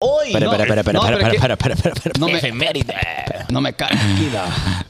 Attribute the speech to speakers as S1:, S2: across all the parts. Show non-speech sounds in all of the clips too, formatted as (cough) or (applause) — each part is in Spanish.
S1: Ay,
S2: Espera,
S1: no,
S2: espera, espera, espera,
S1: no, pero
S2: espera,
S1: es que-
S2: espera, espera, espera, espera.
S1: No me-
S2: Efeméride.
S1: No me caes.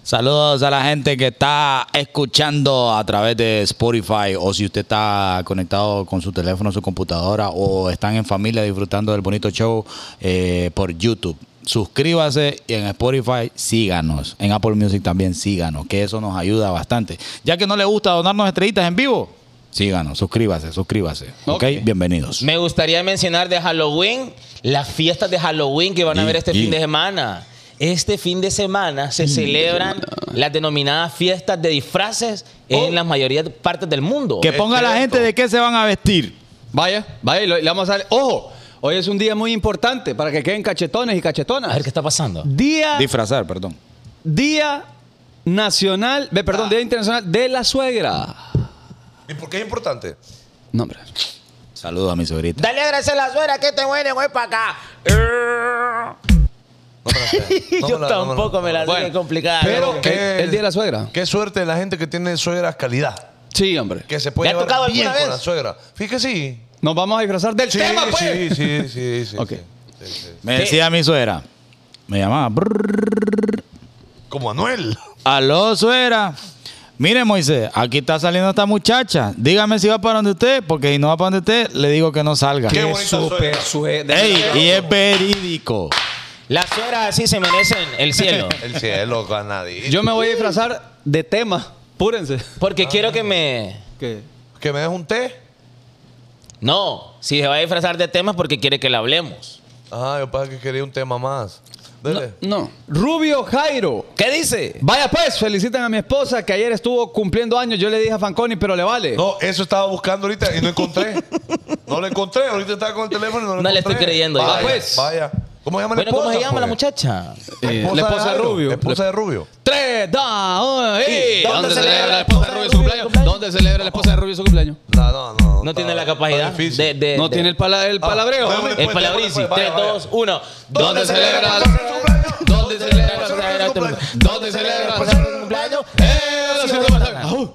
S2: Saludos a la gente que está escuchando a través de Spotify o si usted está conectado con su teléfono, su computadora o están en familia disfrutando del bonito show eh, por YouTube. Suscríbase y en Spotify síganos. En Apple Music también síganos, que eso nos ayuda bastante. Ya que no le gusta donarnos estrellitas en vivo, síganos, suscríbase, suscríbase.
S1: Ok.
S2: ok, bienvenidos.
S3: Me gustaría mencionar de Halloween, las fiestas de Halloween que van a
S2: Y-
S3: haber este
S2: y- Mm.
S3: fin de semana. Este fin de semana se celebran las denominadas fiestas de disfraces
S2: Oh.
S3: en la mayoría de partes del mundo.
S2: Que ponga la gente de qué se van a vestir.
S1: Vaya, vaya, y lo- le vamos a dar. Ojo, hoy es un día muy importante para que queden cachetones y
S3: A
S1: cachetonas.
S3: ver qué está pasando.
S1: Día,
S2: Disfrazar, perdón.
S1: día nacional, ve,
S2: Ah.
S1: perdón, día internacional de la suegra.
S4: ¿Y por qué es importante?
S1: No, hombre.
S2: Saludos a mi sobrita.
S3: Dale a agradecer a la suegra que te mueren, voy para acá.
S4: No me la sé.
S3: (laughs)
S4: No
S3: Yo
S4: me la- no me la-
S3: tampoco me la
S1: Bueno,
S3: sé, qué complicada.
S1: Pero
S4: ¿qué?
S1: el, el día de la suegra.
S4: Qué suerte la gente que tiene suegras calidad.
S1: Sí, hombre.
S4: Que se puede
S3: ¿Le ha tocado
S4: llevar bien
S3: alguna
S4: con
S3: vez?
S4: la suegra. Fíjese, sí.
S1: Nos vamos a disfrazar del
S4: Sí,
S1: tema, pues.
S4: sí, sí, sí, sí,
S1: Ok.
S4: sí, sí, sí.
S2: Me decía mi suegra. Me llamaba. brrr,
S4: Como Anuel.
S2: Aló, suegra. Mire, Moisés, aquí está saliendo esta muchacha. Dígame si va para donde usted, porque si no va para donde usted, le digo que no salga.
S4: Qué
S1: Qué
S4: bonita
S1: súper
S4: suegra.
S1: suegra.
S2: Ey, y es verídico.
S3: Las suegras así se merecen el cielo.
S4: El cielo, ganadito.
S1: Yo me voy a disfrazar de tema. Púrense.
S3: Porque quiero que me...
S1: Que-
S4: Que me des un té.
S3: No, si se va a disfrazar de temas porque quiere que le hablemos.
S4: Ajá, yo pasa que quería un tema más. Dele.
S1: No. Rubio Jairo.
S3: ¿Qué dice?
S1: Vaya pues, felicitan a mi esposa que ayer estuvo cumpliendo años. Yo le dije a Fanconi, pero le vale.
S4: No, eso estaba buscando ahorita y no encontré. no lo encontré. Ahorita estaba con el teléfono y no lo
S3: No le
S4: encontré.
S3: estoy creyendo,
S4: Vaya,
S1: ya. Pues.
S4: Vaya. ¿Cómo se llama la
S3: Bueno, ¿cómo
S4: esposa,
S3: se llama la
S4: pues?
S3: muchacha?
S1: Eh,
S4: Esposa
S1: la esposa de
S4: Jairo,
S1: Rubio.
S4: Esposa de Rubio.
S1: Tres, dos, ey.
S3: ¿Dónde celebra
S1: ¿Dónde celebra la esposa de Rubio su cumpleaños? ¿Dónde celebra la esposa de Rubio su cumpleaños?
S4: No, no, no.
S3: No
S4: está-
S3: tiene la
S4: está
S3: capacidad
S4: difícil.
S3: de, de-
S1: No
S3: de-
S1: tiene el, pala- el palabreo.
S4: bueno,
S1: hombre.
S3: el
S4: Después,
S3: palabrici.
S4: después, vaya,
S3: 3, 2, 1.
S1: ¿Dónde celebra la esposa de
S4: cumpleaños?
S1: ¿Dónde celebra la esposa
S4: de
S1: de Rubio?
S4: Rubio su cumpleaños?
S1: ¿Dónde celebra la esposa de Rubio su cumpleaños? Eh,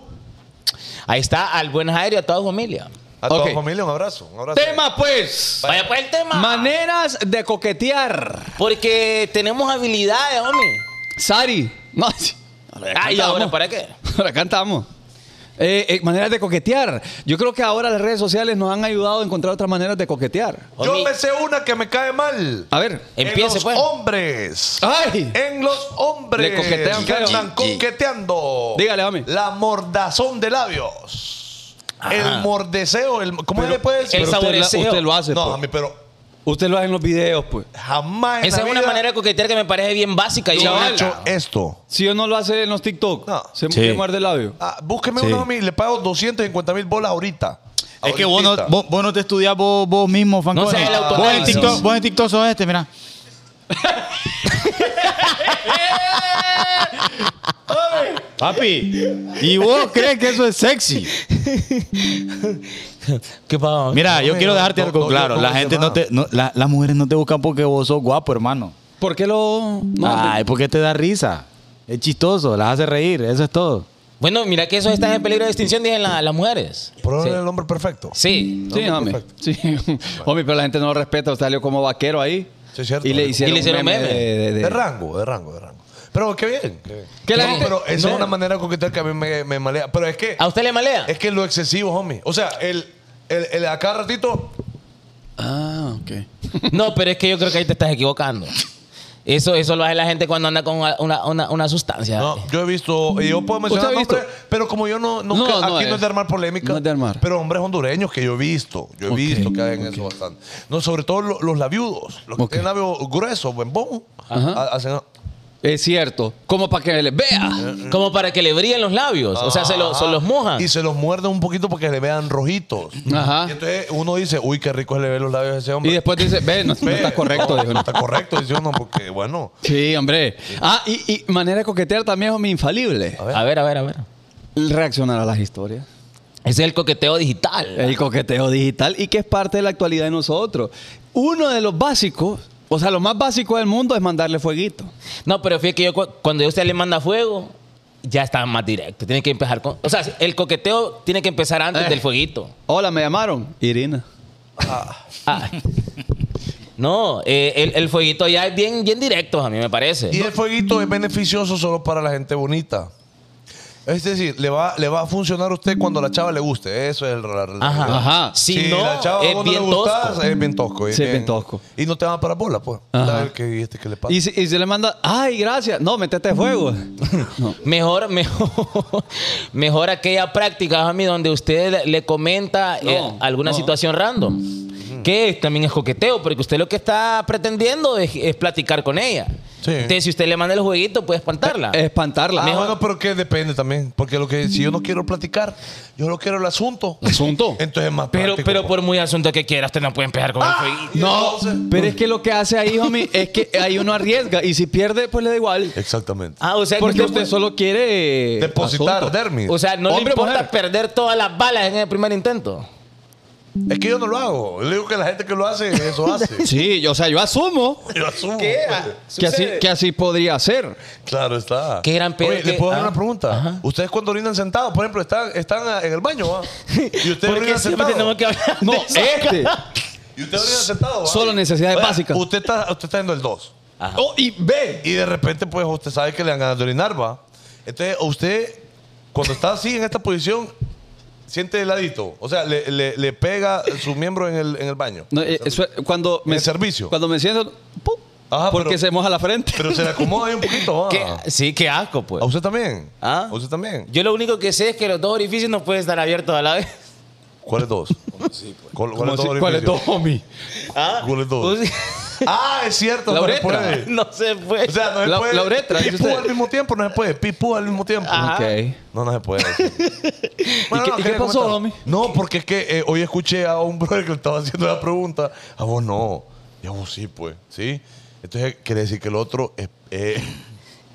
S3: Ahí está al buen Jairo y a toda su familia.
S4: A toda
S1: Ok.
S4: familia, un abrazo. Un abrazo.
S1: Tema pues.
S3: Vaya pues el tema.
S1: Maneras de coquetear.
S3: Porque tenemos habilidades, homie.
S1: Sari. No, (laughs) sí.
S3: Ay, ahora, ¿para qué?
S1: Ahora cantamos. Eh, eh, maneras de coquetear. Yo creo que ahora las redes sociales nos han ayudado a encontrar otras maneras de coquetear.
S4: Yo
S3: Homie,
S4: me sé una que me cae mal.
S1: A ver.
S3: Empiece,
S4: en los
S3: pues.
S4: hombres.
S1: ¡Ay!
S4: En los hombres
S1: Ah. Le coquetean
S4: que
S1: feo.
S4: andan
S2: Y- y-
S4: coqueteando.
S1: Dígale, homie.
S4: La mordazón de labios. El mordeseo. El, ¿Cómo le puede decir?
S3: el
S1: Pero usted, la-
S3: saboreseo.
S1: usted lo hace.
S4: no,
S1: pues.
S4: a mí, pero
S1: Usted lo hace en los videos, pues.
S4: jamás. en
S3: Esa
S4: la
S3: es una
S4: vida
S3: manera de coquetear que me parece bien básica. Y
S4: yo he
S3: ahora-
S4: hecho esto.
S1: Si yo no lo hace en los TikTok,
S4: No.
S1: se
S2: Sí.
S1: me muerde el labio.
S4: Ah, búsqueme
S2: Sí.
S4: uno a mí, le pago 250 mil bolas ahorita.
S2: Es que vos no,
S4: Ahorita.
S2: vos, vos no te estudias vos, vos mismo, Fanconi.
S3: No seas el
S2: vos, en
S3: autoanálisis.
S2: TikTok, vos en TikTok sos este, mira. Papi, ¿y vos crees que eso es sexy?
S3: ¿Qué pasa?
S2: Mira, yo
S4: No,
S2: quiero
S4: no,
S2: dejarte
S4: no,
S2: algo
S4: no,
S2: claro.
S4: no,
S2: La
S4: no,
S2: gente
S4: no,
S2: no te, no- la- las mujeres no te buscan porque vos sos guapo, hermano.
S1: ¿Por qué lo.? no?
S2: Ay, porque te da risa. Es chistoso, las hace reír, eso es todo.
S3: Bueno, mira que eso está en peligro de extinción, dicen la- las mujeres.
S4: Pero
S3: Sí.
S4: es el hombre perfecto.
S3: Sí.
S1: Sí, homie. Sí. (laughs) Homie, pero la gente no lo respeta. Usted salió como vaquero ahí.
S4: Sí, es cierto.
S1: Y le
S4: Y le
S1: hicieron,
S3: hicieron
S1: meme
S3: meme.
S1: de- de- de-
S4: De rango, de rango, de rango. Pero qué bien. qué bien.
S1: Que la
S4: No,
S1: gente-
S4: pero esa
S1: no. Ah.
S4: es una manera de coquetear que a mí me, me malea. Pero es que,
S3: ¿A usted le malea?
S4: es que lo excesivo, homie. O sea, el, el, el a cada ratito.
S1: Ah, ok.
S3: No, pero es que yo creo que ahí te estás equivocando. Eso, eso lo hace la gente cuando anda con una, una- una- una sustancia.
S4: No, yo he visto, y yo puedo mencionar
S1: ¿Usted ha visto?
S4: nombres, pero como yo no, no,
S1: No,
S4: que-
S1: no
S4: aquí no
S1: es.
S4: es de armar polémica.
S1: No es de armar.
S4: Pero hombres hondureños que yo he visto, yo he
S1: Ok,
S4: visto que hacen eso bastante. No, sobre todo lo- los labiudos, los que
S1: Ok.
S4: tienen labios gruesos, buen bon,
S1: Ajá.
S4: hacen
S1: Es cierto. Como para que les vea.
S3: Como para que le brillen los labios. O sea, se, lo- se los mojan.
S4: Ah. Y se los muerde un poquito porque le vean rojitos.
S1: Ajá.
S4: Y entonces uno dice, uy, qué rico le ver los labios a ese
S1: Y
S4: hombre.
S1: después dice, ve, no, no
S4: Ve,
S1: está correcto.
S4: no,
S1: dijo.
S4: no (laughs) está correcto, dice uno, porque bueno.
S1: Sí, hombre. Ah, y, y manera de coquetear también es mi infalible.
S4: A ver.
S3: A ver, a ver, a ver.
S1: Reaccionar a las historias.
S3: Ese es el coqueteo digital.
S1: El coqueteo digital y que es parte de la actualidad de nosotros. Uno de los básicos, o sea, lo más básico del mundo es mandarle fueguito.
S3: No, pero fíjate que yo cu- cuando usted le manda fuego, ya está más directo. Tiene que empezar con. O sea, el coqueteo tiene que empezar antes
S1: Eh.
S3: del fueguito.
S1: Hola, me llamaron. Irina.
S3: Ah. No, eh, el, el fueguito ya es bien, bien directo, a mí me parece.
S4: Y el fueguito es beneficioso solo para la gente bonita. Es decir, le va, le va a funcionar a usted cuando la chava le guste. Eso es el la- la-
S3: Ajá.
S1: Ajá.
S3: Si no,
S4: la chava a
S3: es
S4: vos no le
S3: bien
S4: gustás,
S3: tosco.
S4: Es bien tosco.
S1: Sí, es bien tosco.
S4: Y no te van a parar bola, pues.
S1: Ajá.
S4: A ver qué- este, qué le pasa.
S1: Y si, y si le manda, ay, gracias. No, metete fuego. (laughs) No.
S3: Mejor, (laughs) mejor, mejor aquella práctica, Jami, donde usted le- le comenta eh,
S1: No,
S3: alguna
S1: no.
S3: situación random. Que también es coqueteo, porque usted lo que está pretendiendo es, es platicar con ella.
S4: Sí.
S3: Entonces, si usted le manda el jueguito, puede espantarla.
S1: Espantarla.
S4: Ah,
S1: Mejor-
S4: bueno, pero que depende también. Porque lo que si yo no quiero platicar, yo no quiero
S1: (laughs)
S4: el asunto.
S1: ¿Asunto?
S4: Entonces es más
S3: pero,
S4: práctico,
S3: pero
S4: pues.
S3: por muy asunto que quiera, usted no puede empezar
S1: Ah.
S3: con el jueguito.
S1: No,
S4: Entonces-
S1: pero es que lo que hace ahí, homie, es que ahí uno arriesga y si pierde, pues le da igual.
S4: Exactamente.
S3: Ah, o sea, que
S1: Porque
S3: usted-
S1: usted solo quiere.
S4: Depositar
S1: asunto.
S4: dermis.
S3: o sea, no le
S1: Hombre o
S3: importa
S1: mujer.
S3: perder todas las balas en el primer intento.
S4: Es que yo no lo hago. Yo digo que la gente que lo hace, eso
S3: (laughs)
S4: hace.
S1: Sí, yo- o sea, yo asumo
S4: Yo asumo. pues.
S1: que así, que así podría ser.
S4: Claro está.
S3: Qué gran pedo
S4: Oye,
S3: que-
S4: ¿le puedo
S3: ah.
S4: hacer una pregunta? ¿Ustedes cuando orinan sentados, por ejemplo, están, están ah, en el baño, va? Y ustedes
S3: Porque
S4: orinan
S3: siempre tenemos
S4: sentados.
S3: que hablar
S1: No,
S3: de eso?
S1: este.
S4: Y ustedes orinan sentados, va?
S1: Solo necesidades
S4: Oiga,
S1: básicas.
S4: Usted está, usted está yendo el 2.
S3: Ajá.
S1: Oh, y ve.
S4: Y de repente, pues, usted sabe que le dan ganas de orinar, va. Entonces, usted, cuando está así en esta posición, siente heladito. O sea, le, le- le pega su miembro en el, en el baño.
S1: No, eh, eso- cuando me,
S4: El servicio.
S1: Cuando me siento. ¡pum!
S4: Ajá,
S1: porque
S4: pero-
S1: se moja la frente.
S4: Pero se le acomoda ahí un poquito, va.
S3: Qué- sí, qué asco, pues.
S4: ¿A usted también?
S3: Ah.
S4: ¿A usted también?
S3: Yo lo único que sé es que los dos orificios no pueden estar abiertos a la vez.
S4: ¿Cuáles dos?
S1: (laughs)
S4: ¿Cuál-
S1: Como
S4: ¿Cuáles dos?
S1: si- ¿Cuál es
S4: orificios?
S1: todo, homie?
S3: ¿Ah?
S4: ¿Cuáles dos?
S3: (laughs) Pues-
S4: Ah, es cierto.
S1: La
S4: no se
S1: uretra.
S4: puede.
S3: no se puede.
S4: O sea, no se
S1: La-
S4: puede.
S1: la uretra, dice
S4: Pipú
S1: usted.
S4: al mismo tiempo, no se puede. Pipú al mismo tiempo.
S3: Ajá.
S1: Ok.
S4: No, no
S1: (laughs)
S4: se puede.
S1: qué-
S4: no,
S1: y qué
S4: quería
S1: pasó,
S4: comentar.
S1: homie?
S4: No, porque es que eh, hoy escuché a un (laughs) brother que le estaba haciendo la pregunta. A vos no. Y a vos sí, pues. ¿Sí? Entonces quiere decir que el otro es. eh,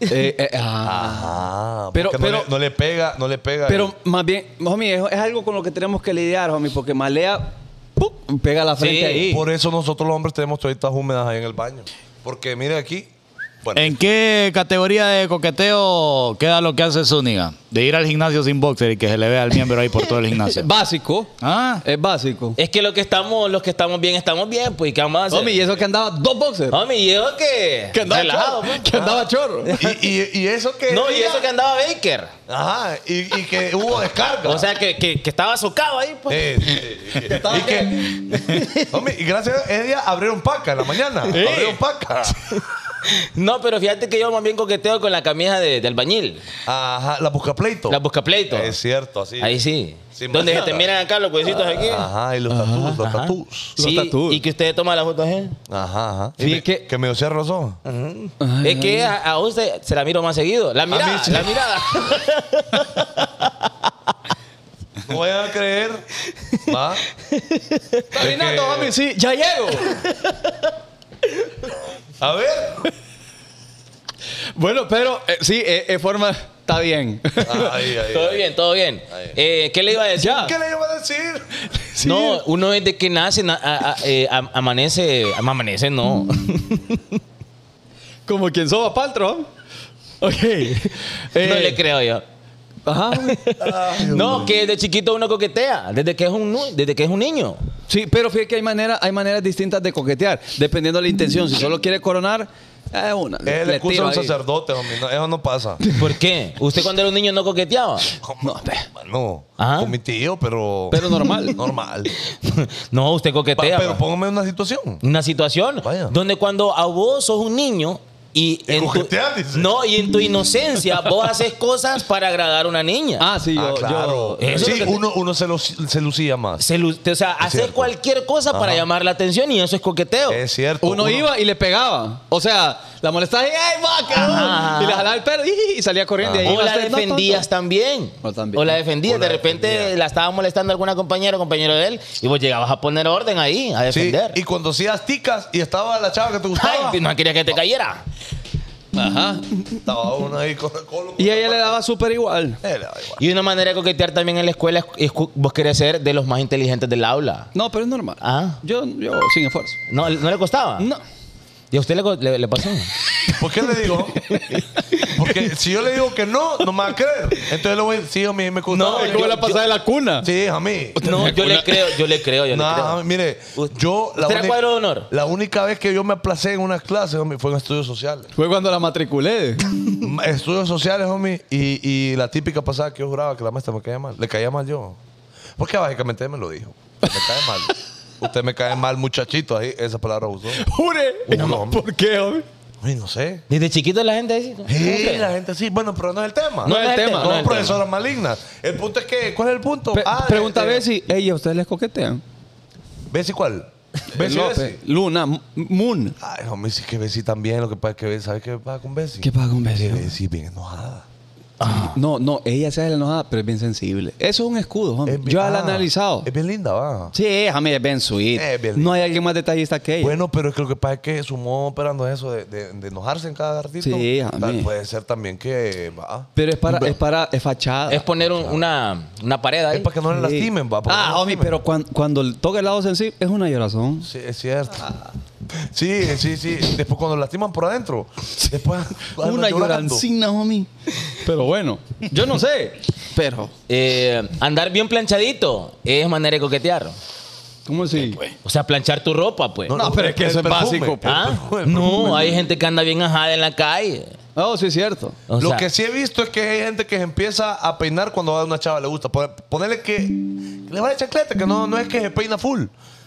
S1: Eh, eh, ah.
S4: ah,
S1: Pero-
S4: porque no
S1: pero-
S4: le- no, le, pega, no le pega.
S1: Pero más bien, homie, es, es algo con lo que tenemos que lidiar, homie, porque malea, ¡pum! pega la frente
S3: Sí.
S1: ahí.
S4: Por eso nosotros los hombres tenemos toallitas húmedas ahí en el baño. Porque mire aquí. Bueno,
S2: ¿En qué categoría de coqueteo queda lo que hace Zúñiga? De ir al gimnasio sin boxer y que se le vea el miembro ahí por todo el gimnasio.
S1: (laughs) Básico.
S2: Ah.
S1: Es básico.
S3: es que lo que estamos, los que estamos bien, estamos bien, pues, ¿y qué vamos a hacer?
S1: Homie, y eso que andaba dos boxers.
S3: Homie, ¿y eso Ah, que.
S1: Que andaba
S3: Relajado,
S1: chorro.
S3: pues.
S1: Que andaba chorro.
S4: y, y- y eso que.
S3: No, y eso que andaba Baker.
S4: Ajá, y, y que hubo descarga.
S3: O sea, que, que, que estaba socado ahí, pues.
S4: Eh, eh, eh, y que, (laughs) hombre, y gracias a ella abrieron paca en la mañana. Abrieron paca.
S3: No, pero fíjate que yo más bien coqueteo con la camisa de, de albañil.
S4: Ajá, la buscapleito.
S3: La buscapleito.
S4: Es cierto, así.
S3: Ahí sí.
S4: Sin
S3: Donde se
S4: máscara.
S3: te miran acá los huesitos aquí.
S4: Ajá, y los tatús, Ah, los
S3: Ajá.
S4: tatús.
S1: Los
S3: Sí,
S1: tatús.
S3: y que ustedes toman las fotos ¿eh?
S4: Ajá, ajá. Y
S1: Sí,
S4: me-
S1: es que-
S4: que me cierro los ojos.
S1: Ay,
S3: Es que a, a usted se la miro más seguido. La mirada,
S4: mí sí.
S3: la mirada.
S4: No vayan a creer.
S3: (laughs)
S4: ¿Va?
S1: Caminando,
S4: Es que-
S1: homie, sí, ya llego.
S4: A ver.
S1: bueno, pero eh, sí, es forma. Está bien. (laughs)
S4: Ay, ay,
S3: todo
S4: ay.
S3: bien, todo bien.
S4: Ahí.
S3: Eh, ¿Qué le iba a decir?
S1: Ya.
S4: ¿Qué le iba a decir?
S1: Sí.
S3: No, uno desde que nace, na- a- a- eh, am- amanece, am- amanece no. (laughs)
S1: Como quien soba paltro. Ok.
S3: no
S1: Eh,
S3: le creo yo.
S1: Ajá.
S3: No, que desde chiquito uno coquetea, desde que es un, nu- desde que es un niño.
S1: Sí, pero fíjate que hay, manera, hay maneras distintas de coquetear, dependiendo de la intención. Si solo quiere coronar, es una.
S4: Es la
S1: le
S4: excusa
S1: tiro
S4: de un
S1: ahí.
S4: sacerdote, hombre. No, eso no pasa.
S3: ¿Por qué? ¿Usted cuando era un niño no coqueteaba?
S1: (laughs)
S3: (laughs)
S1: No, pe-
S4: No,
S3: Ajá.
S4: con mi tío, pero.
S1: Pero normal.
S4: (laughs) normal.
S3: No, usted
S4: Pa-
S3: coquetea.
S4: pero
S3: pa.
S4: póngame en una situación.
S3: una situación
S4: Vaya.
S3: donde cuando a vos sos un niño y
S4: Y coqueteas, dice.
S3: no y en tu inocencia vos haces cosas para agradar a una niña.
S1: Ah, sí, yo.
S4: Ah, claro.
S1: yo-
S3: Eso es
S4: sí,
S3: lo que-
S4: uno, uno se, lo- se lucía más.
S3: Se lu- o sea, haces
S4: cierto.
S3: cualquier cosa para
S4: Ajá.
S3: llamar la atención y eso es coqueteo.
S4: Es cierto.
S1: Uno, iba y le pegaba. O sea, la molestaba y ¡ay, vaca!
S3: Ajá.
S1: Y le jalaba el pelo y, y salía corriendo. Y ahí
S3: O
S1: iba
S3: la
S1: hasta- no,
S3: defendías
S1: tonto.
S3: también.
S1: O también.
S3: O la defendías.
S4: O la
S3: de repente
S4: defendías.
S3: la estaba molestando alguna compañera o compañero de él y vos llegabas a poner orden ahí, a
S4: Sí,
S3: defender.
S4: y cuando hacías ticas y estaba la chava que te gustaba,
S3: Ay, no querías que te cayera.
S1: Ajá.
S4: estaba uno ahí con el colo.
S1: Y ella le daba súper igual.
S4: Eh, le daba igual.
S3: Y una manera de coquetear también en la escuela es, es cu- vos querés ser de los más inteligentes del aula.
S1: No, pero es normal.
S3: Ah.
S1: Yo, yo sin esfuerzo.
S3: No, no le costaba.
S1: No.
S4: (laughs)
S3: ¿Y a usted le, co- le- le pasó?
S4: ¿Por qué le digo? Porque si yo le digo que no, no me va a creer. Entonces le voy a decir, sí, a mí me gusta.
S3: No,
S1: Es como
S3: yo-
S1: la pasada de la cuna.
S4: Sí, a mí.
S3: No, yo le creo, yo le creo, yo le
S4: Nah,
S3: creo.
S4: mire,
S3: Usted-
S4: yo
S3: usted era
S4: única-
S3: cuadro de honor.
S4: La única vez que yo me aplacé en unas clases, homie, fue en
S1: (laughs)
S4: estudios sociales.
S1: Fue cuando la
S4: (laughs)
S1: matriculé.
S4: M- estudios sociales, homie, y, y la típica pasada que yo juraba que la maestra me caía mal. Le caía mal yo. Porque básicamente me lo dijo. Me
S1: (laughs)
S4: cae mal. Usted me cae mal, muchachito. Ahí, esa palabra usó.
S1: Jure.
S4: Uno.
S1: ¿Por qué, hombre?
S4: Uy, no sé.
S3: Desde chiquito la gente dice. ¿cómo
S4: Sí,
S3: que?
S4: la gente sí. Bueno, pero no es el tema.
S1: No es el tema,
S4: Son
S1: no es el
S4: profesoras malignas. El punto es que, ¿cuál es el punto?
S1: Pe-
S4: Ah,
S1: pregunta a
S4: este,
S1: Bessie. Ey, ¿a ustedes les coquetean?
S4: ¿Bessie cuál? ¿Bessie?
S1: López.
S4: Bessie?
S1: Luna. M- Moon.
S4: Ay, homie, sí que Bessie también. Lo que pasa es que, Bessie- ¿sabes qué pasa con Bessie?
S1: ¿Qué pasa con Bessie? hombre?
S4: Bessie bien enojada.
S1: No, no, ella se hace la enojada, pero es bien sensible. Eso es un escudo, hombre.
S4: Es bien-
S1: Yo ya la he
S4: ah,
S1: analizado.
S4: Es bien linda, va.
S1: Sí, déjame es bien sweet.
S4: Es bien
S1: no hay alguien más detallista que ella.
S4: Bueno, pero es que lo que pasa es que su modo operando es eso de, de- de enojarse en cada ratito.
S1: Sí, a
S4: Tal,
S1: mí.
S4: puede ser también que va.
S1: pero es para, es para, es fachada.
S3: Es poner un- una, una pared ahí.
S4: Es para que no le
S1: Sí.
S4: lastimen, va. para que no
S1: Ah,
S4: le
S1: homie,
S4: lastimen.
S1: pero cuan- cuando toca el lado sensible, es una llorazón.
S4: Sí, es cierto.
S1: Ah.
S4: Sí, sí, sí. Después cuando lastiman por adentro.
S1: (laughs)
S4: Después andan
S1: Una
S4: llorando.
S1: llorancina, homie. Pero bueno, yo no sé. Pero,
S3: Eh, andar bien planchadito es manera de coquetear.
S1: ¿cómo así?
S3: O sea, planchar tu ropa, pues.
S1: No, pero es que
S4: el
S1: eso es
S4: perfume.
S1: básico, pues.
S3: ¿Ah?
S4: El perfume, el
S3: No,
S4: perfume.
S3: hay gente que anda bien ajada en la calle.
S1: Oh, sí, es cierto.
S3: O
S4: lo
S3: sea,
S4: que sí he visto es que hay gente que se empieza a peinar cuando a una chava le gusta. Pon- Ponerle que le va de chancleta, que no, no es que se peina full.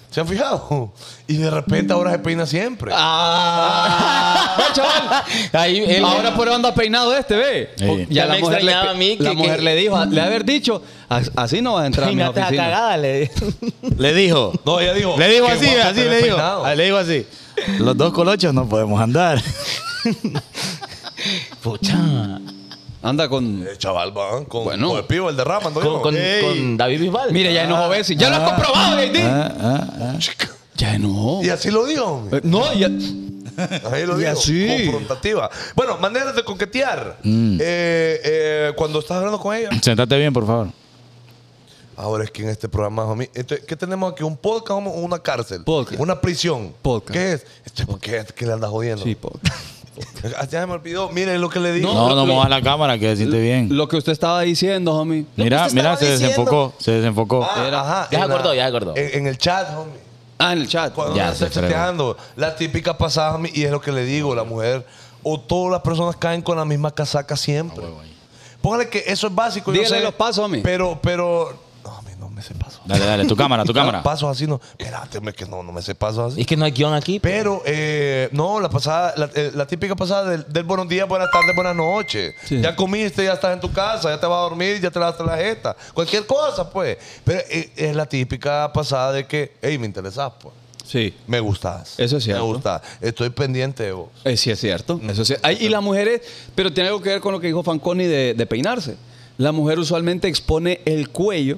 S4: ¿Se han fijado? (laughs) Y de repente ahora se peina siempre.
S1: Ah, Ve, chaval.
S3: ahí él-
S1: Ahora por onda peinado este, ve.
S2: Sí.
S1: Porque
S3: Ya me extrañaba
S1: le,
S3: a mí que-
S1: la
S3: que-
S1: mujer le dijo, a- le haber dicho, "As- así no vas a entrar a mi
S3: Imagínate la
S1: oficina.
S3: cagada,
S4: (laughs)
S3: le
S2: Le dijo.
S4: No, ella dijo.
S2: Le digo
S4: "Qué
S2: así,
S4: guapa
S2: así
S4: te ves
S2: le digo.
S4: peinado".
S2: Ah, Le digo así. Los dos colochos no podemos andar.
S3: Pucha.
S1: Anda con.
S4: Eh, chaval, va, con,
S1: Bueno.
S4: con el pivo, el derrama. ¿no? Eh,
S3: Con, con-
S4: Ey, Ah.
S3: con David Bisbal.
S1: Mire, ya enojó Bessie. Ya lo has comprobado, JD.
S2: Ah, ah, ah.
S4: chica.
S1: Ya enojó.
S4: Y así lo digo. hombre.
S1: Eh, No, ya.
S4: Ahí lo
S1: y
S4: digo.
S1: así.
S4: Confrontativa. Bueno, maneras de coquetear. Eh, eh, cuando estás hablando con ella.
S2: (laughs) Sentate bien, por favor.
S4: Ahora es que en este programa, homie, entonces, ¿qué tenemos aquí? ¿Un podcast o una cárcel?
S1: Podcast.
S4: ¿Una prisión?
S1: Podcast.
S4: ¿Qué es? Este, ¿Por qué, ¿Qué le andas jodiendo?
S1: Sí,
S2: (laughs)
S1: po.
S4: Ah, Ya se me olvidó. Miren lo que le digo.
S2: No, no
S1: lo-
S2: muevas la cámara, que decirte bien.
S1: Lo que usted estaba diciendo, homie.
S2: Mira,
S4: usted
S2: mira,
S4: estaba
S2: se desenfocó. Se desenfocó.
S4: Ah,
S1: Era-
S4: ajá,
S3: Ya se
S4: en la-
S3: acordó, ya se acordó.
S4: En, en el chat, homie.
S1: Ah, en el chat.
S4: Cuando
S2: Ya
S4: ya
S2: se
S4: está
S2: fregó.
S4: chateando. La típica pasada, homie, y es lo que le digo, la mujer o todas las personas caen con la misma casaca
S2: Ah,
S4: siempre. Póngale que eso es básico. yo
S1: Dígale
S4: sé,
S1: los pasos, homie.
S4: Pero, pero... No, homie, no me sé pasos.
S2: Dale, dale, tu cámara,
S4: (laughs)
S2: tu cámara.
S4: Pasos así no. Espérate, hombre, que no, no me sé pasos
S2: (laughs)
S4: así.
S3: Es que no hay guión aquí. pues.
S4: Pero, eh, no, la pasada, la, eh, la típica pasada del, del buenos días, buenas tardes, buenas noches.
S1: Sí.
S4: Ya comiste, ya estás en tu casa, ya te vas a dormir, ya te lavaste la jeta. Cualquier cosa, pues. Pero eh, es la típica pasada de que, hey, me interesás, pues.
S1: Sí.
S4: Me gustás.
S1: Eso es cierto.
S4: Me gustás. Estoy pendiente de vos.
S1: Eh, sí, es cierto.
S2: Mm.
S1: Eso sí. Ay, y las mujeres, pero tiene algo que ver con lo que dijo Fanconi de, de peinarse. La mujer usualmente expone el cuello